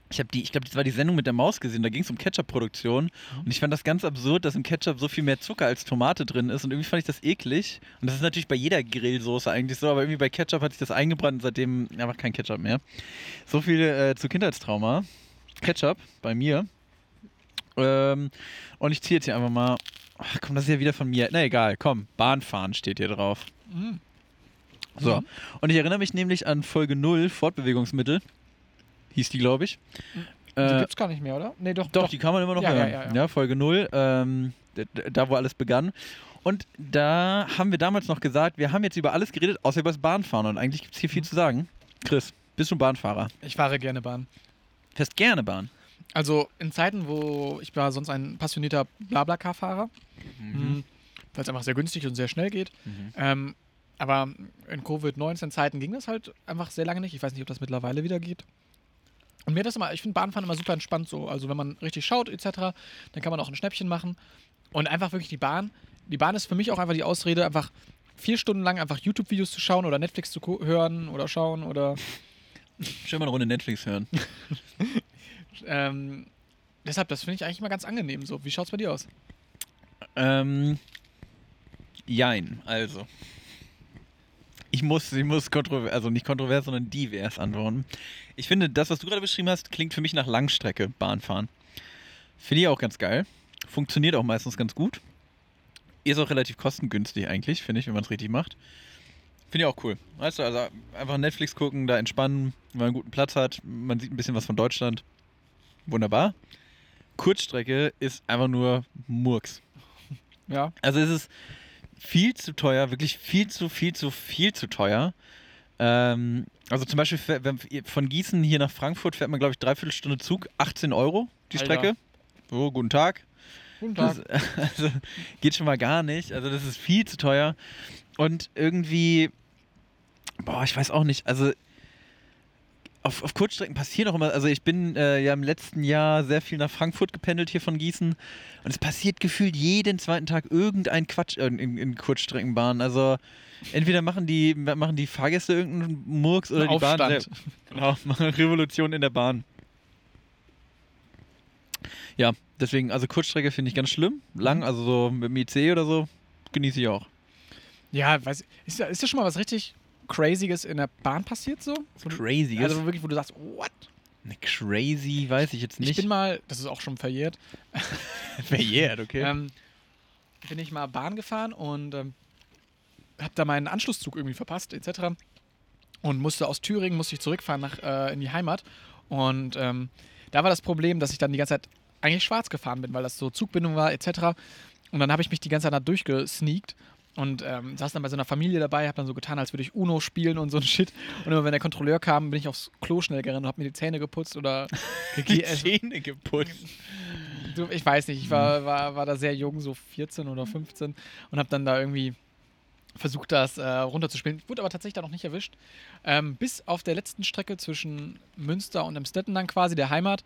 Speaker 1: Ich habe die, ich glaube, das war die Sendung mit der Maus gesehen, da ging es um Ketchup-Produktion und ich fand das ganz absurd, dass im Ketchup so viel mehr Zucker als Tomate drin ist und irgendwie fand ich das eklig und das ist natürlich bei jeder Grillsoße eigentlich so, aber irgendwie bei Ketchup hat sich das eingebrannt und seitdem einfach kein Ketchup mehr. So viel äh, zu Kindheitstrauma. Ketchup bei mir. Ähm, und ich ziehe jetzt hier einfach mal, ach komm, das ist ja wieder von mir, na egal, komm, Bahnfahren steht hier drauf.
Speaker 2: Mhm.
Speaker 1: So.
Speaker 2: Mhm.
Speaker 1: Und ich erinnere mich nämlich an Folge 0, Fortbewegungsmittel. Hieß die, glaube ich.
Speaker 2: Die
Speaker 1: Äh,
Speaker 2: gibt's gar nicht mehr, oder? Nee, doch.
Speaker 1: doch, die kann man immer noch
Speaker 2: Ja, ja,
Speaker 1: hören.
Speaker 2: ja, ja.
Speaker 1: Folge 0, ähm, d- d- da wo alles begann. Und da haben wir damals noch gesagt, wir haben jetzt über alles geredet, außer über das Bahnfahren. Und eigentlich gibt es hier viel
Speaker 2: Mhm.
Speaker 1: zu sagen. Chris, bist du ein Bahnfahrer?
Speaker 2: Ich fahre gerne Bahn.
Speaker 1: Fährst gerne Bahn.
Speaker 2: Also in Zeiten, wo ich war sonst ein passionierter Blablacar-Fahrer, mhm. weil es einfach sehr günstig und sehr schnell geht.
Speaker 1: Mhm.
Speaker 2: Ähm, aber in Covid-19-Zeiten ging das halt einfach sehr lange nicht. Ich weiß nicht, ob das mittlerweile wieder geht. Und mir hat das immer, ich finde Bahnfahren immer super entspannt so. Also wenn man richtig schaut etc., dann kann man auch ein Schnäppchen machen. Und einfach wirklich die Bahn. Die Bahn ist für mich auch einfach die Ausrede, einfach vier Stunden lang einfach YouTube-Videos zu schauen oder Netflix zu ko- hören oder schauen oder
Speaker 1: Schön mal eine Runde Netflix hören.
Speaker 2: ähm, deshalb, das finde ich eigentlich immer ganz angenehm so. Wie schaut's bei dir aus?
Speaker 1: Ähm, jein, also. Ich muss, ich muss kontrovers, also nicht kontrovers, sondern divers antworten. Ich finde, das, was du gerade beschrieben hast, klingt für mich nach Langstrecke Bahnfahren. Finde ich auch ganz geil. Funktioniert auch meistens ganz gut. Ist auch relativ kostengünstig eigentlich, finde ich, wenn man es richtig macht. Finde ich auch cool. Weißt du, also einfach Netflix gucken, da entspannen, wenn man einen guten Platz hat, man sieht ein bisschen was von Deutschland. Wunderbar. Kurzstrecke ist einfach nur Murks.
Speaker 2: Ja.
Speaker 1: Also es ist viel zu teuer, wirklich viel zu, viel zu, viel zu teuer. Ähm, also zum Beispiel fährt- wenn, von Gießen hier nach Frankfurt fährt man, glaube ich, dreiviertel Stunde Zug, 18 Euro die
Speaker 2: Alter.
Speaker 1: Strecke. So, guten Tag.
Speaker 2: Guten
Speaker 1: Das, also, geht schon mal gar nicht. Also das ist viel zu teuer. Und irgendwie, boah, ich weiß auch nicht. Also auf, auf Kurzstrecken passieren auch immer, also ich bin äh, ja im letzten Jahr sehr viel nach Frankfurt gependelt hier von Gießen und es passiert gefühlt jeden zweiten Tag irgendein Quatsch äh, in, in, in Kurzstreckenbahnen. Also entweder machen die, machen die Fahrgäste irgendeinen Murks oder die Bahn.
Speaker 2: Aufstand.
Speaker 1: Genau, machen Revolution in der Bahn. Ja, deswegen, also Kurzstrecke finde ich ganz schlimm. Lang, also so mit dem IC oder so, genieße ich auch.
Speaker 2: Ja, weiß ich- ist ja, ist ja schon mal was richtig Crazyes in der Bahn passiert so? Wo du-
Speaker 1: Crazy,
Speaker 2: Also wirklich, wo du sagst, what?
Speaker 1: ne, crazy weiß ich jetzt nicht.
Speaker 2: Ich bin mal, das ist auch schon verjährt,
Speaker 1: verjährt, okay.
Speaker 2: ähm, bin ich mal Bahn gefahren und ähm, hab da meinen Anschlusszug irgendwie verpasst etc. Und musste aus Thüringen, musste ich zurückfahren nach, äh, in die Heimat. Und ähm, da war das Problem, dass ich dann die ganze Zeit eigentlich schwarz gefahren bin, weil das so Zugbindung war etc. Und dann habe ich mich die ganze Zeit da durchgesneakt und ähm, saß dann bei so einer Familie dabei, habe dann so getan, als würde ich Uno spielen und so ein Shit. Und immer wenn der Kontrolleur kam, bin ich aufs Klo schnell gerannt und habe mir die Zähne geputzt oder
Speaker 1: die
Speaker 2: es-
Speaker 1: Zähne geputzt.
Speaker 2: Du, ich weiß nicht, ich war, war, war da sehr jung, so 14 oder 15 und habe dann da irgendwie versucht, das äh, runterzuspielen. Wurde aber tatsächlich da noch nicht erwischt. Ähm, bis auf der letzten Strecke zwischen Münster und Emstetten dann quasi, der Heimat,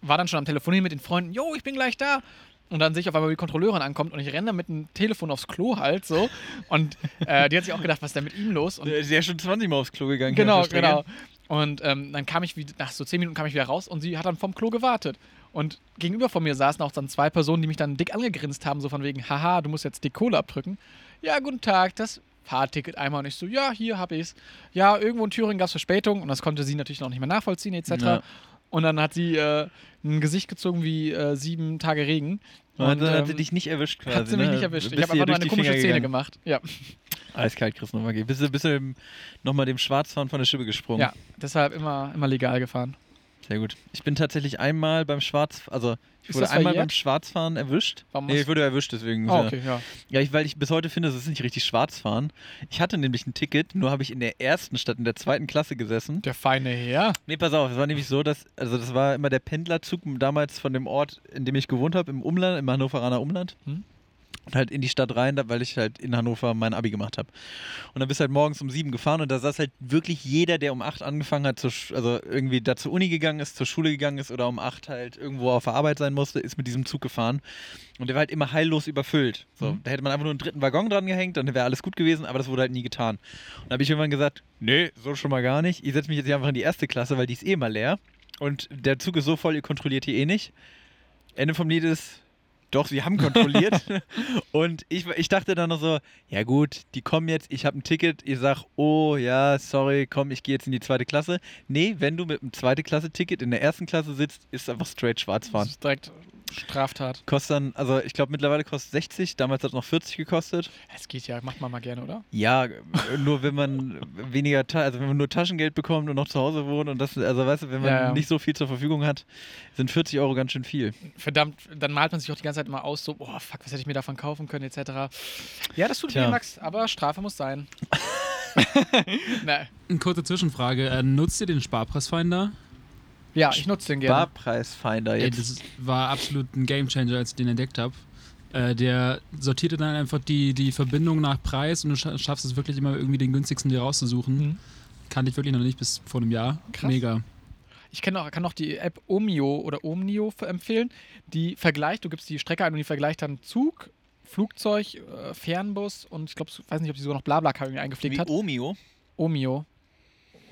Speaker 2: war dann schon am Telefonieren mit den Freunden, jo, ich bin gleich da. Und dann sehe ich auf einmal, wie die Kontrolleurin ankommt und ich renne da mit dem Telefon aufs Klo halt so. Und äh, die hat sich auch gedacht, was ist denn mit ihm los? Und
Speaker 1: Der ist ja schon 20 Mal aufs Klo gegangen.
Speaker 2: Genau,
Speaker 1: Herr Verstegen.
Speaker 2: genau. Und ähm, dann kam ich wieder, nach so zehn Minuten kam ich wieder raus und sie hat dann vom Klo gewartet. Und gegenüber von mir saßen auch dann zwei Personen, die mich dann dick angegrinst haben, so von wegen, haha, du musst jetzt die Kohle abdrücken. Ja, guten Tag, das Fahrticket einmal. Und ich so, ja, hier hab ich's. Ja, irgendwo in Thüringen gab's Verspätung und das konnte sie natürlich noch nicht mehr nachvollziehen, etc.
Speaker 1: Ja.
Speaker 2: Und dann hat sie äh, ein Gesicht gezogen wie äh, sieben Tage Regen.
Speaker 1: Und dann hat sie
Speaker 2: ähm,
Speaker 1: dich nicht erwischt quasi.
Speaker 2: hat sie mich
Speaker 1: ne?
Speaker 2: nicht erwischt.
Speaker 1: Bist
Speaker 2: Ich habe
Speaker 1: ihr
Speaker 2: einfach nur
Speaker 1: durch
Speaker 2: eine
Speaker 1: die
Speaker 2: komische
Speaker 1: Finger
Speaker 2: Szene
Speaker 1: gegangen.
Speaker 2: gemacht. Ja.
Speaker 1: Eiskalt, Chris, nochmal. gehen. Bist du, bist du im- nochmal dem Schwarzfahren von der Schippe gesprungen?
Speaker 2: ja, deshalb immer, immer legal gefahren.
Speaker 1: Sehr gut. Ich bin tatsächlich einmal beim Schwarz, also ich
Speaker 2: Ist
Speaker 1: wurde
Speaker 2: das
Speaker 1: einmal
Speaker 2: verjährt?
Speaker 1: beim Schwarzfahren erwischt.
Speaker 2: Warum
Speaker 1: nee,
Speaker 2: hast-
Speaker 1: ich wurde erwischt, deswegen.
Speaker 2: Ah,
Speaker 1: ja.
Speaker 2: okay, ja.
Speaker 1: Ja, ich, weil ich bis heute finde, das ist nicht richtig Schwarzfahren. Ich hatte nämlich ein Ticket, nur habe ich in der ersten statt in der zweiten Klasse gesessen.
Speaker 2: Der feine Herr.
Speaker 1: Nee, pass auf, es war nämlich so, dass, also das war immer der Pendlerzug damals von dem Ort, in dem ich gewohnt habe, im Umland, im Hannoveraner Umland.
Speaker 2: Hm.
Speaker 1: Und halt in die Stadt rein, da- weil ich halt in Hannover mein Abi gemacht habe. Und dann bist du halt morgens um sieben gefahren und da saß halt wirklich jeder, der um acht angefangen hat, zur Sch- also irgendwie da zur Uni gegangen ist, zur Schule gegangen ist oder um acht halt irgendwo auf der Arbeit sein musste, ist mit diesem Zug gefahren. Und der war halt immer heillos überfüllt. So, Da hätte man einfach nur einen dritten Waggon dran gehängt, dann wäre alles gut gewesen, aber das wurde halt nie getan. Und da habe ich irgendwann gesagt, nee, so schon mal gar nicht. Ihr setzt mich jetzt hier einfach in die erste Klasse, weil die ist eh mal leer. Und der Zug ist so voll, ihr kontrolliert hier eh nicht. Ende vom Lied ist, doch, sie haben kontrolliert. und ich, ich dachte dann noch so, ja gut, die kommen jetzt, ich habe ein Ticket, ich sag, oh ja, sorry, komm, ich gehe jetzt in die zweite Klasse. Nee, wenn du mit einem zweite Klasse-Ticket in der ersten Klasse sitzt, ist einfach straight schwarz
Speaker 2: Das
Speaker 1: fahren.
Speaker 2: ist direkt Straftat.
Speaker 1: Kostet dann, also ich glaube mittlerweile kostet 60, damals hat es noch 40 gekostet.
Speaker 2: Es geht ja, macht man mal gerne, oder?
Speaker 1: Ja, äh, nur wenn man weniger, Ta also wenn man nur Taschengeld bekommt und noch zu Hause wohnt und das, also weißt du, wenn man
Speaker 2: Ja, ja.
Speaker 1: nicht so viel zur Verfügung hat, sind 40 Euro ganz schön viel.
Speaker 2: Verdammt, dann malt man sich auch die ganze Zeit immer aus, so, boah, fuck, was hätte ich mir davon kaufen können, etc. Ja, das tut
Speaker 1: Tja.
Speaker 2: weh, Max, aber Strafe muss sein. Na,
Speaker 4: Eine kurze Zwischenfrage. Äh, nutzt ihr den Sparpreisfinder?
Speaker 2: ja, ich nutze den gerne.
Speaker 1: Barpreisfinder
Speaker 4: Ey,
Speaker 1: jetzt.
Speaker 4: das war absolut ein Gamechanger, als ich den entdeckt habe. Äh, der sortierte dann einfach die, die Verbindung nach Preis und du scha schaffst es wirklich immer irgendwie den günstigsten dir rauszusuchen.
Speaker 2: Mhm.
Speaker 4: Kannte ich wirklich noch nicht bis vor einem Jahr.
Speaker 2: Krass.
Speaker 4: Mega.
Speaker 2: Ich kann auch, kann auch die App Omio oder Omnio ver- empfehlen. Die vergleicht, du gibst die Strecke ein und die vergleicht dann Zug, Flugzeug, äh, Fernbus und ich glaube, ich weiß nicht, ob sie so noch Blablacar irgendwie eingepflegt
Speaker 1: Wie
Speaker 2: hat.
Speaker 1: Omio.
Speaker 2: Omio.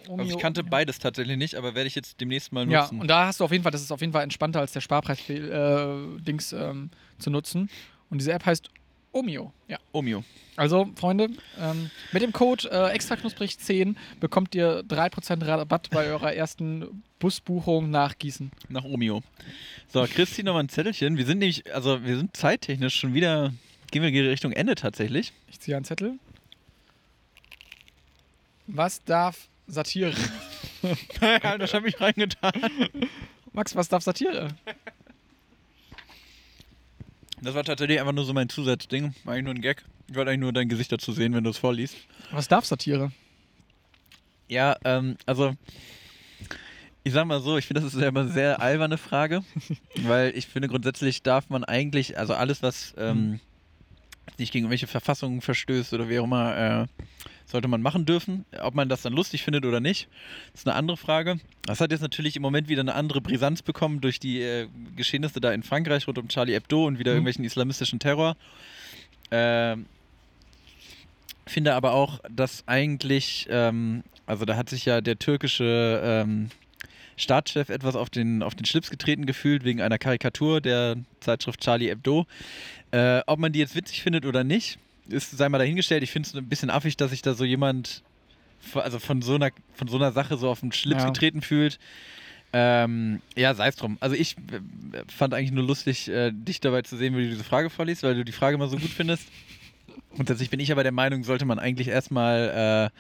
Speaker 2: Omio.
Speaker 1: Also ich kannte beides tatsächlich nicht, aber werde ich jetzt demnächst mal
Speaker 2: Ja,
Speaker 1: nutzen.
Speaker 2: und da hast du auf jeden Fall, das ist auf jeden Fall entspannter als der Sparpreis-Dings ähm, zu nutzen. Und diese App heißt Omio. Ja.
Speaker 1: Omio.
Speaker 2: Also, Freunde, ähm, mit dem Code äh, extra knusprig 10 bekommt ihr 3% Rabatt bei eurer ersten Busbuchung nach Gießen.
Speaker 1: Nach Omio. So, Christi, nochmal ein Zettelchen. Wir sind nämlich, also wir sind zeittechnisch schon wieder, gehen wir Richtung Ende tatsächlich.
Speaker 2: Ich ziehe einen Zettel. Was darf Satire?
Speaker 1: das habe ich reingetan.
Speaker 2: Max, was darf Satire?
Speaker 1: Das war tatsächlich einfach nur so mein Zusatzding. War eigentlich nur ein Gag. Ich wollte eigentlich nur dein Gesicht dazu sehen, wenn du es vorliest.
Speaker 2: Was darf Satire?
Speaker 1: Ja, ähm, also ich sag mal so, ich finde, das ist ja immer eine sehr alberne Frage, weil ich finde, grundsätzlich darf man eigentlich, also alles, was ähm, nicht gegen irgendwelche Verfassungen verstößt oder wie auch immer, äh, sollte man machen dürfen. Ob man das dann lustig findet oder nicht, ist eine andere Frage. Das hat jetzt natürlich im Moment wieder eine andere Brisanz bekommen durch die äh, Geschehnisse da in Frankreich rund um Charlie Hebdo und wieder
Speaker 2: Mhm.
Speaker 1: irgendwelchen islamistischen Terror. Ähm, finde aber auch, dass eigentlich, ähm, also da hat sich ja der türkische ähm, Staatschef etwas auf den, auf den Schlips getreten gefühlt wegen einer Karikatur der Zeitschrift Charlie Hebdo. Äh, ob man die jetzt witzig findet oder nicht, ist, sei mal dahingestellt. Ich finde es ein bisschen affig, dass sich da so jemand vo- also von so einer, von so einer Sache so auf den Schlips
Speaker 2: Ja.
Speaker 1: getreten fühlt. Ähm, ja, sei es drum. Also ich äh, fand eigentlich nur lustig, äh, dich dabei zu sehen, wie du diese Frage vorliest, weil du die Frage immer so gut findest. Grundsätzlich bin ich aber der Meinung, sollte man eigentlich erstmal, äh,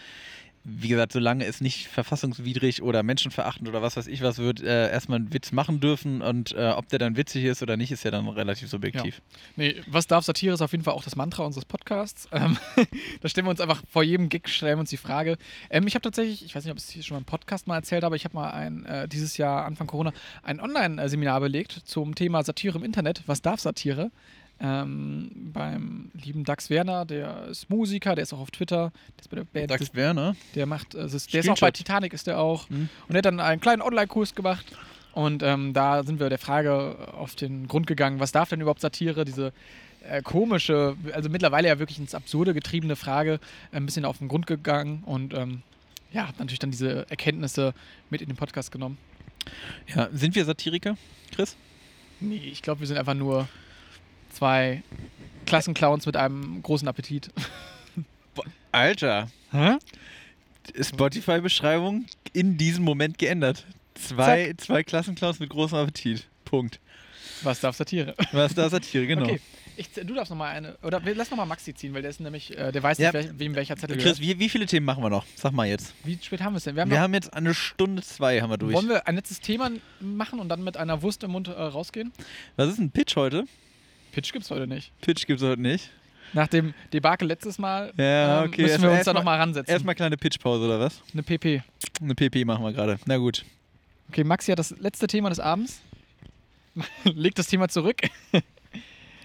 Speaker 1: wie gesagt, solange es nicht verfassungswidrig oder menschenverachtend oder was weiß ich was wird, äh, erstmal einen Witz machen dürfen und äh, ob der dann witzig ist oder nicht, ist ja dann relativ subjektiv.
Speaker 2: Nee, was darf Satire ist auf jeden Fall auch das Mantra unseres Podcasts. Ähm, da stellen wir uns einfach vor jedem Gig, stellen wir uns die Frage. Ähm, ich habe tatsächlich, ich weiß nicht, ob ich es hier schon mal im Podcast mal erzählt habe, ich habe mal ein, äh, dieses Jahr, Anfang Corona, ein Online-Seminar belegt zum Thema Satire im Internet. Was darf Satire? Ähm, beim lieben Dax Werner, der ist Musiker, der ist auch auf Twitter, der ist bei der Band
Speaker 1: Dax Werner.
Speaker 2: der macht, äh, Sys- der ist auch bei
Speaker 1: Screenshot.
Speaker 2: Titanic, ist der auch.
Speaker 1: Mhm.
Speaker 2: Und der hat dann einen kleinen Online-Kurs gemacht. Und ähm, da sind wir der Frage auf den Grund gegangen, was darf denn überhaupt Satire, diese äh, komische, also mittlerweile ja wirklich ins Absurde getriebene Frage, äh, ein bisschen auf den Grund gegangen und ähm, ja, hab natürlich dann diese Erkenntnisse mit in den Podcast genommen.
Speaker 1: Ja, sind wir Satiriker, Chris?
Speaker 2: Nee, ich glaube, wir sind einfach nur zwei Klassenclowns mit einem großen Appetit.
Speaker 1: Alter,
Speaker 2: Hä?
Speaker 1: Spotify-Beschreibung in diesem Moment geändert. Zwei, zwei Klassenclowns mit großem Appetit. Punkt.
Speaker 2: Was darf Satire?
Speaker 1: Was da Satire, genau.
Speaker 2: Okay, ich, z- du darfst nochmal eine. Oder wir- lass nochmal Maxi ziehen, weil der ist nämlich, äh, der weiß
Speaker 1: Ja.
Speaker 2: nicht, wel, wem welcher Zettel
Speaker 1: Chris,
Speaker 2: gehört.
Speaker 1: wie, wie viele Themen machen wir noch? Sag mal jetzt.
Speaker 2: Wie spät haben wir es denn? Wir haben
Speaker 1: Wir
Speaker 2: noch,
Speaker 1: haben jetzt eine Stunde zwei haben wir durch.
Speaker 2: wollen wir ein letztes Thema n- machen und dann mit einer Wurst im Mund äh, rausgehen?
Speaker 1: Was ist ein Pitch heute?
Speaker 2: Pitch gibt's heute nicht.
Speaker 1: Pitch gibt's heute nicht.
Speaker 2: Nach dem Debakel letztes Mal ähm,
Speaker 1: Ja, okay. Also
Speaker 2: müssen wir
Speaker 1: Erstmal-
Speaker 2: uns da nochmal ransetzen.
Speaker 1: Erstmal kleine Pitchpause oder was?
Speaker 2: eine PP.
Speaker 1: Eine PP machen wir gerade. Na gut.
Speaker 2: Okay, Maxi hat das letzte Thema des Abends. Legt das Thema zurück.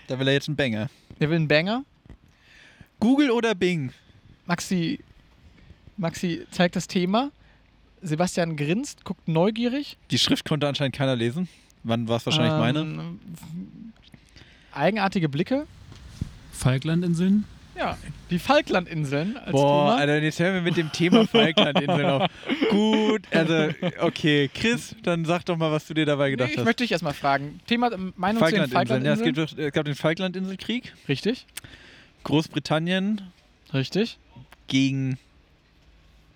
Speaker 1: Da will er jetzt einen Banger.
Speaker 2: Er will einen Banger.
Speaker 1: Google oder Bing?
Speaker 2: Maxi, Maxi zeigt das Thema. Sebastian grinst, guckt neugierig.
Speaker 1: Die Schrift konnte anscheinend keiner lesen. Wann war es wahrscheinlich meine?
Speaker 2: Ähm, Eigenartige Blicke.
Speaker 4: Falklandinseln?
Speaker 2: Ja, die Falklandinseln als
Speaker 1: Boah,
Speaker 2: Thema.
Speaker 1: Alter, jetzt hören wir mit dem Thema Falklandinseln auf. Gut, also, okay, Chris, dann sag doch mal, was du dir dabei
Speaker 2: nee,
Speaker 1: gedacht
Speaker 2: ich
Speaker 1: hast.
Speaker 2: möchte dich erstmal fragen. Thema ähm, Meinung zu den
Speaker 1: Falklandinseln, ja, es,
Speaker 2: Falklandinseln.
Speaker 1: gibt, doch- es gab den Falklandinselkrieg.
Speaker 2: richtig,
Speaker 1: Großbritannien
Speaker 2: richtig.
Speaker 1: gegen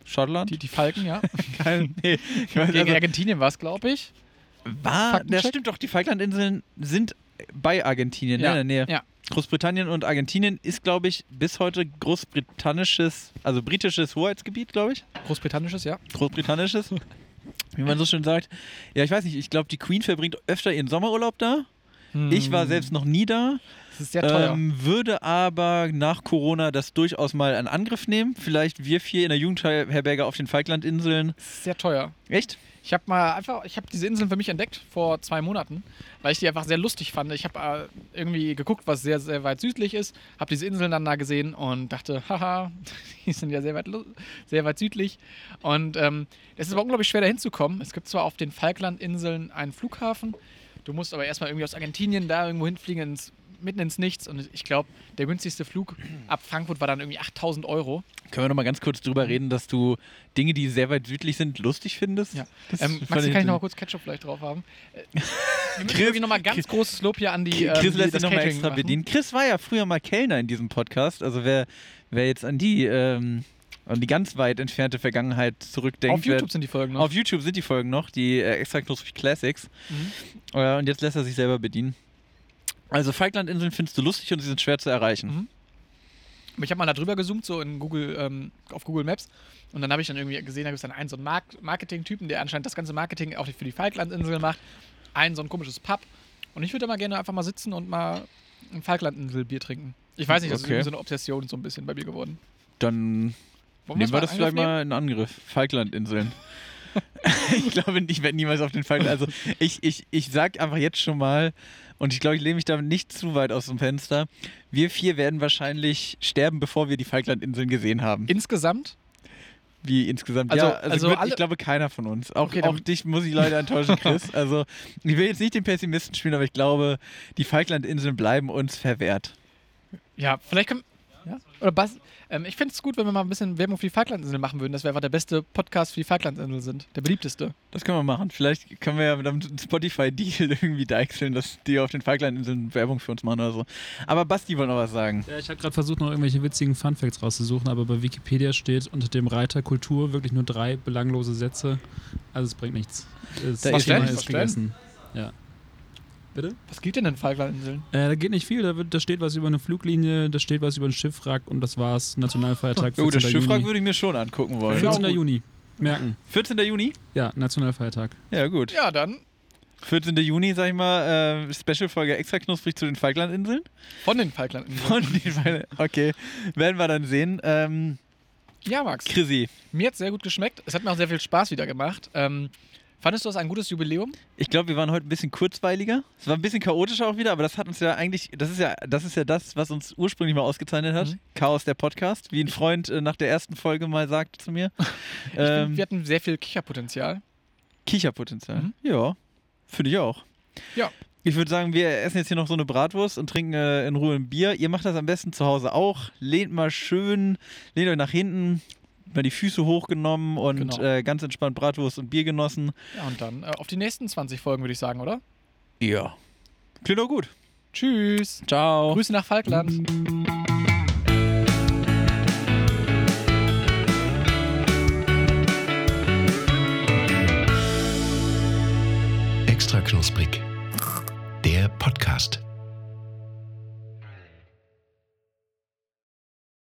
Speaker 1: Schottland.
Speaker 2: Die, die Falken, ja.
Speaker 1: Geil, nee, ich weiß,
Speaker 2: Gegen
Speaker 1: also,
Speaker 2: Argentinien war es, glaube ich.
Speaker 1: war, das
Speaker 2: Faktencheck?
Speaker 1: stimmt doch, die Falklandinseln sind bei Argentinien, ne, in der Nähe.
Speaker 2: ja.
Speaker 1: Großbritannien und Argentinien ist, glaube ich, bis heute großbritannisches, also britisches Hoheitsgebiet, glaube ich.
Speaker 2: Großbritannisches, ja.
Speaker 1: Großbritannisches, wie man so schön sagt. Ja, ich weiß nicht, ich glaube, die Queen verbringt öfter ihren Sommerurlaub da. Ich war selbst noch nie da,
Speaker 2: Das ist sehr teuer.
Speaker 1: ähm, würde aber nach Corona das durchaus mal an Angriff nehmen. Vielleicht wir vier in der Jugendherberge auf den Falklandinseln.
Speaker 2: das ist sehr teuer.
Speaker 1: Echt?
Speaker 2: Ich habe mal einfach, ich habe diese Inseln für mich entdeckt vor zwei Monaten, weil ich die einfach sehr lustig fand. Ich habe äh, irgendwie geguckt, was sehr, sehr weit südlich ist, habe diese Inseln dann da gesehen und dachte, haha, die sind ja sehr weit, lu- sehr weit südlich. Und ähm, es ist aber unglaublich schwer, da hinzukommen. Es gibt zwar auf den Falklandinseln einen Flughafen, du musst aber erstmal irgendwie aus Argentinien da irgendwo hinfliegen, ins, mitten ins Nichts. Und ich glaube, der günstigste Flug ab Frankfurt war dann irgendwie 8000 Euro.
Speaker 1: Können wir noch mal ganz kurz drüber reden, dass du Dinge, die sehr weit südlich sind, lustig findest?
Speaker 2: Ja.
Speaker 1: Das
Speaker 2: Ähm,
Speaker 1: fand
Speaker 2: Maxi,
Speaker 1: ich-
Speaker 2: kann ich nochmal kurz Ketchup vielleicht drauf haben? Äh, Wir müssen irgendwie nochmal ganz großes Lob hier an die. ähm,
Speaker 1: Chris
Speaker 2: die
Speaker 1: lässt sich
Speaker 2: das
Speaker 1: nochmal
Speaker 2: Catering
Speaker 1: extra
Speaker 2: machen.
Speaker 1: bedienen. Chris war ja früher mal Kellner in diesem Podcast. Also wer, wer jetzt an die, ähm, an die ganz weit entfernte Vergangenheit zurückdenkt.
Speaker 2: Auf YouTube sind die Folgen
Speaker 1: wer,
Speaker 2: noch.
Speaker 1: auf YouTube sind die Folgen noch, die äh, extra knusprig Classics.
Speaker 2: Mhm.
Speaker 1: Äh, und jetzt lässt er sich selber bedienen. Also Falklandinseln findest du lustig und sie sind schwer zu erreichen.
Speaker 2: Mhm. Ich habe mal da drüber gezoomt, so in Google, ähm, auf Google Maps. Und dann habe ich dann irgendwie gesehen, da gibt es dann einen so einen Mark Marketing-Typen, der anscheinend das ganze Marketing auch für die Falklandinseln macht. Ein so ein komisches Pub. Und ich würde da mal gerne einfach mal sitzen und mal ein Falklandinsel-Bier trinken. Ich weiß nicht, das ist
Speaker 1: Okay.
Speaker 2: irgendwie so eine Obsession so ein bisschen bei mir geworden.
Speaker 1: Dann
Speaker 2: Wollen
Speaker 1: nehmen wir das
Speaker 2: in Angriff
Speaker 1: vielleicht mal in Angriff. Falklandinseln. ich glaube, ich werde niemals auf den Falkland. Also ich, ich, ich sag einfach jetzt schon mal, und ich glaube, ich lehne mich damit nicht zu weit aus dem Fenster. Wir vier werden wahrscheinlich sterben, bevor wir die Falklandinseln gesehen haben.
Speaker 2: nehmen? Insgesamt?
Speaker 1: Wie insgesamt.
Speaker 2: Also-
Speaker 1: ja, also,
Speaker 2: also
Speaker 1: wird,
Speaker 2: alle-
Speaker 1: ich glaube, keiner von uns. Auch,
Speaker 2: Okay, dann-
Speaker 1: auch dich muss ich leider enttäuschen, Chris. Also ich will jetzt nicht den Pessimisten spielen, aber ich glaube, die Falklandinseln bleiben uns verwehrt.
Speaker 2: Ja, vielleicht können. Ja? Oder Bas, ähm, ich fände es gut, wenn wir mal ein bisschen Werbung für die Falklandinseln machen würden, dass wir einfach der beste Podcast für die Falklandinseln sind. Der beliebteste.
Speaker 1: Das können wir machen. Vielleicht können wir ja mit einem Spotify-Deal irgendwie deichseln, dass die auf den Falklandinseln Werbung für uns machen oder so. Aber Basti wollte noch was sagen.
Speaker 4: Ja, ich habe gerade versucht, noch irgendwelche witzigen Funfacts rauszusuchen, aber bei Wikipedia steht unter dem Reiter Kultur wirklich nur drei belanglose Sätze. Also es bringt nichts. Es
Speaker 1: Da
Speaker 4: das
Speaker 1: ist
Speaker 4: Thema
Speaker 2: gleich was
Speaker 4: ist gegessen. Ja. Bitte?
Speaker 2: Was geht denn in den Falklandinseln?
Speaker 4: Äh, da geht nicht viel. Da, wird, da steht was über eine Fluglinie, da steht was über einen Schiffwrack und das war's. Nationalfeiertag.
Speaker 1: Ja, gut,
Speaker 4: 14.
Speaker 1: das Schiffwrack
Speaker 4: Juni.
Speaker 1: würde ich mir schon angucken wollen.
Speaker 4: 14. Juni. Merken.
Speaker 1: 14. Juni?
Speaker 4: Ja, Nationalfeiertag.
Speaker 1: Ja, gut.
Speaker 2: Ja, dann
Speaker 1: 14. Juni, sag ich mal, äh, Special-Folge extra knusprig zu den Falklandinseln.
Speaker 2: von den Falklandinseln.
Speaker 1: Von den Falkland okay, werden wir dann sehen. Ähm,
Speaker 2: Ja, Max.
Speaker 1: Chrissy,
Speaker 2: Mir hat sehr gut geschmeckt. Es hat mir auch sehr viel Spaß wieder gemacht. Ähm, fandest du das ein gutes Jubiläum?
Speaker 1: Ich glaube, wir waren heute ein bisschen kurzweiliger. Es war ein bisschen chaotischer auch wieder, aber das hat uns ja eigentlich, das ist ja, das ist ja das, was uns ursprünglich mal ausgezeichnet hat.
Speaker 2: Mhm.
Speaker 1: Chaos der Podcast, wie ein Freund äh, nach der ersten Folge mal sagte zu mir.
Speaker 2: Ich
Speaker 1: ähm,
Speaker 2: find, wir hatten sehr viel Kicherpotenzial.
Speaker 1: Kicherpotenzial.
Speaker 2: Mhm.
Speaker 1: Ja, finde ich auch.
Speaker 2: Ja.
Speaker 1: Ich würde sagen, wir essen jetzt hier noch so eine Bratwurst und trinken äh, in Ruhe ein Bier. Ihr macht das am besten zu Hause auch. Lehnt mal schön, lehnt euch nach hinten, mal die Füße hochgenommen und
Speaker 2: Genau.
Speaker 1: äh, ganz entspannt Bratwurst und Bier genossen.
Speaker 2: Ja, und dann äh, auf die nächsten 20 Folgen, würde ich sagen, oder?
Speaker 1: Ja. Klingt auch gut.
Speaker 2: Tschüss.
Speaker 1: Ciao.
Speaker 2: Grüße nach Falkland.
Speaker 3: Extra knusprig. Der Podcast.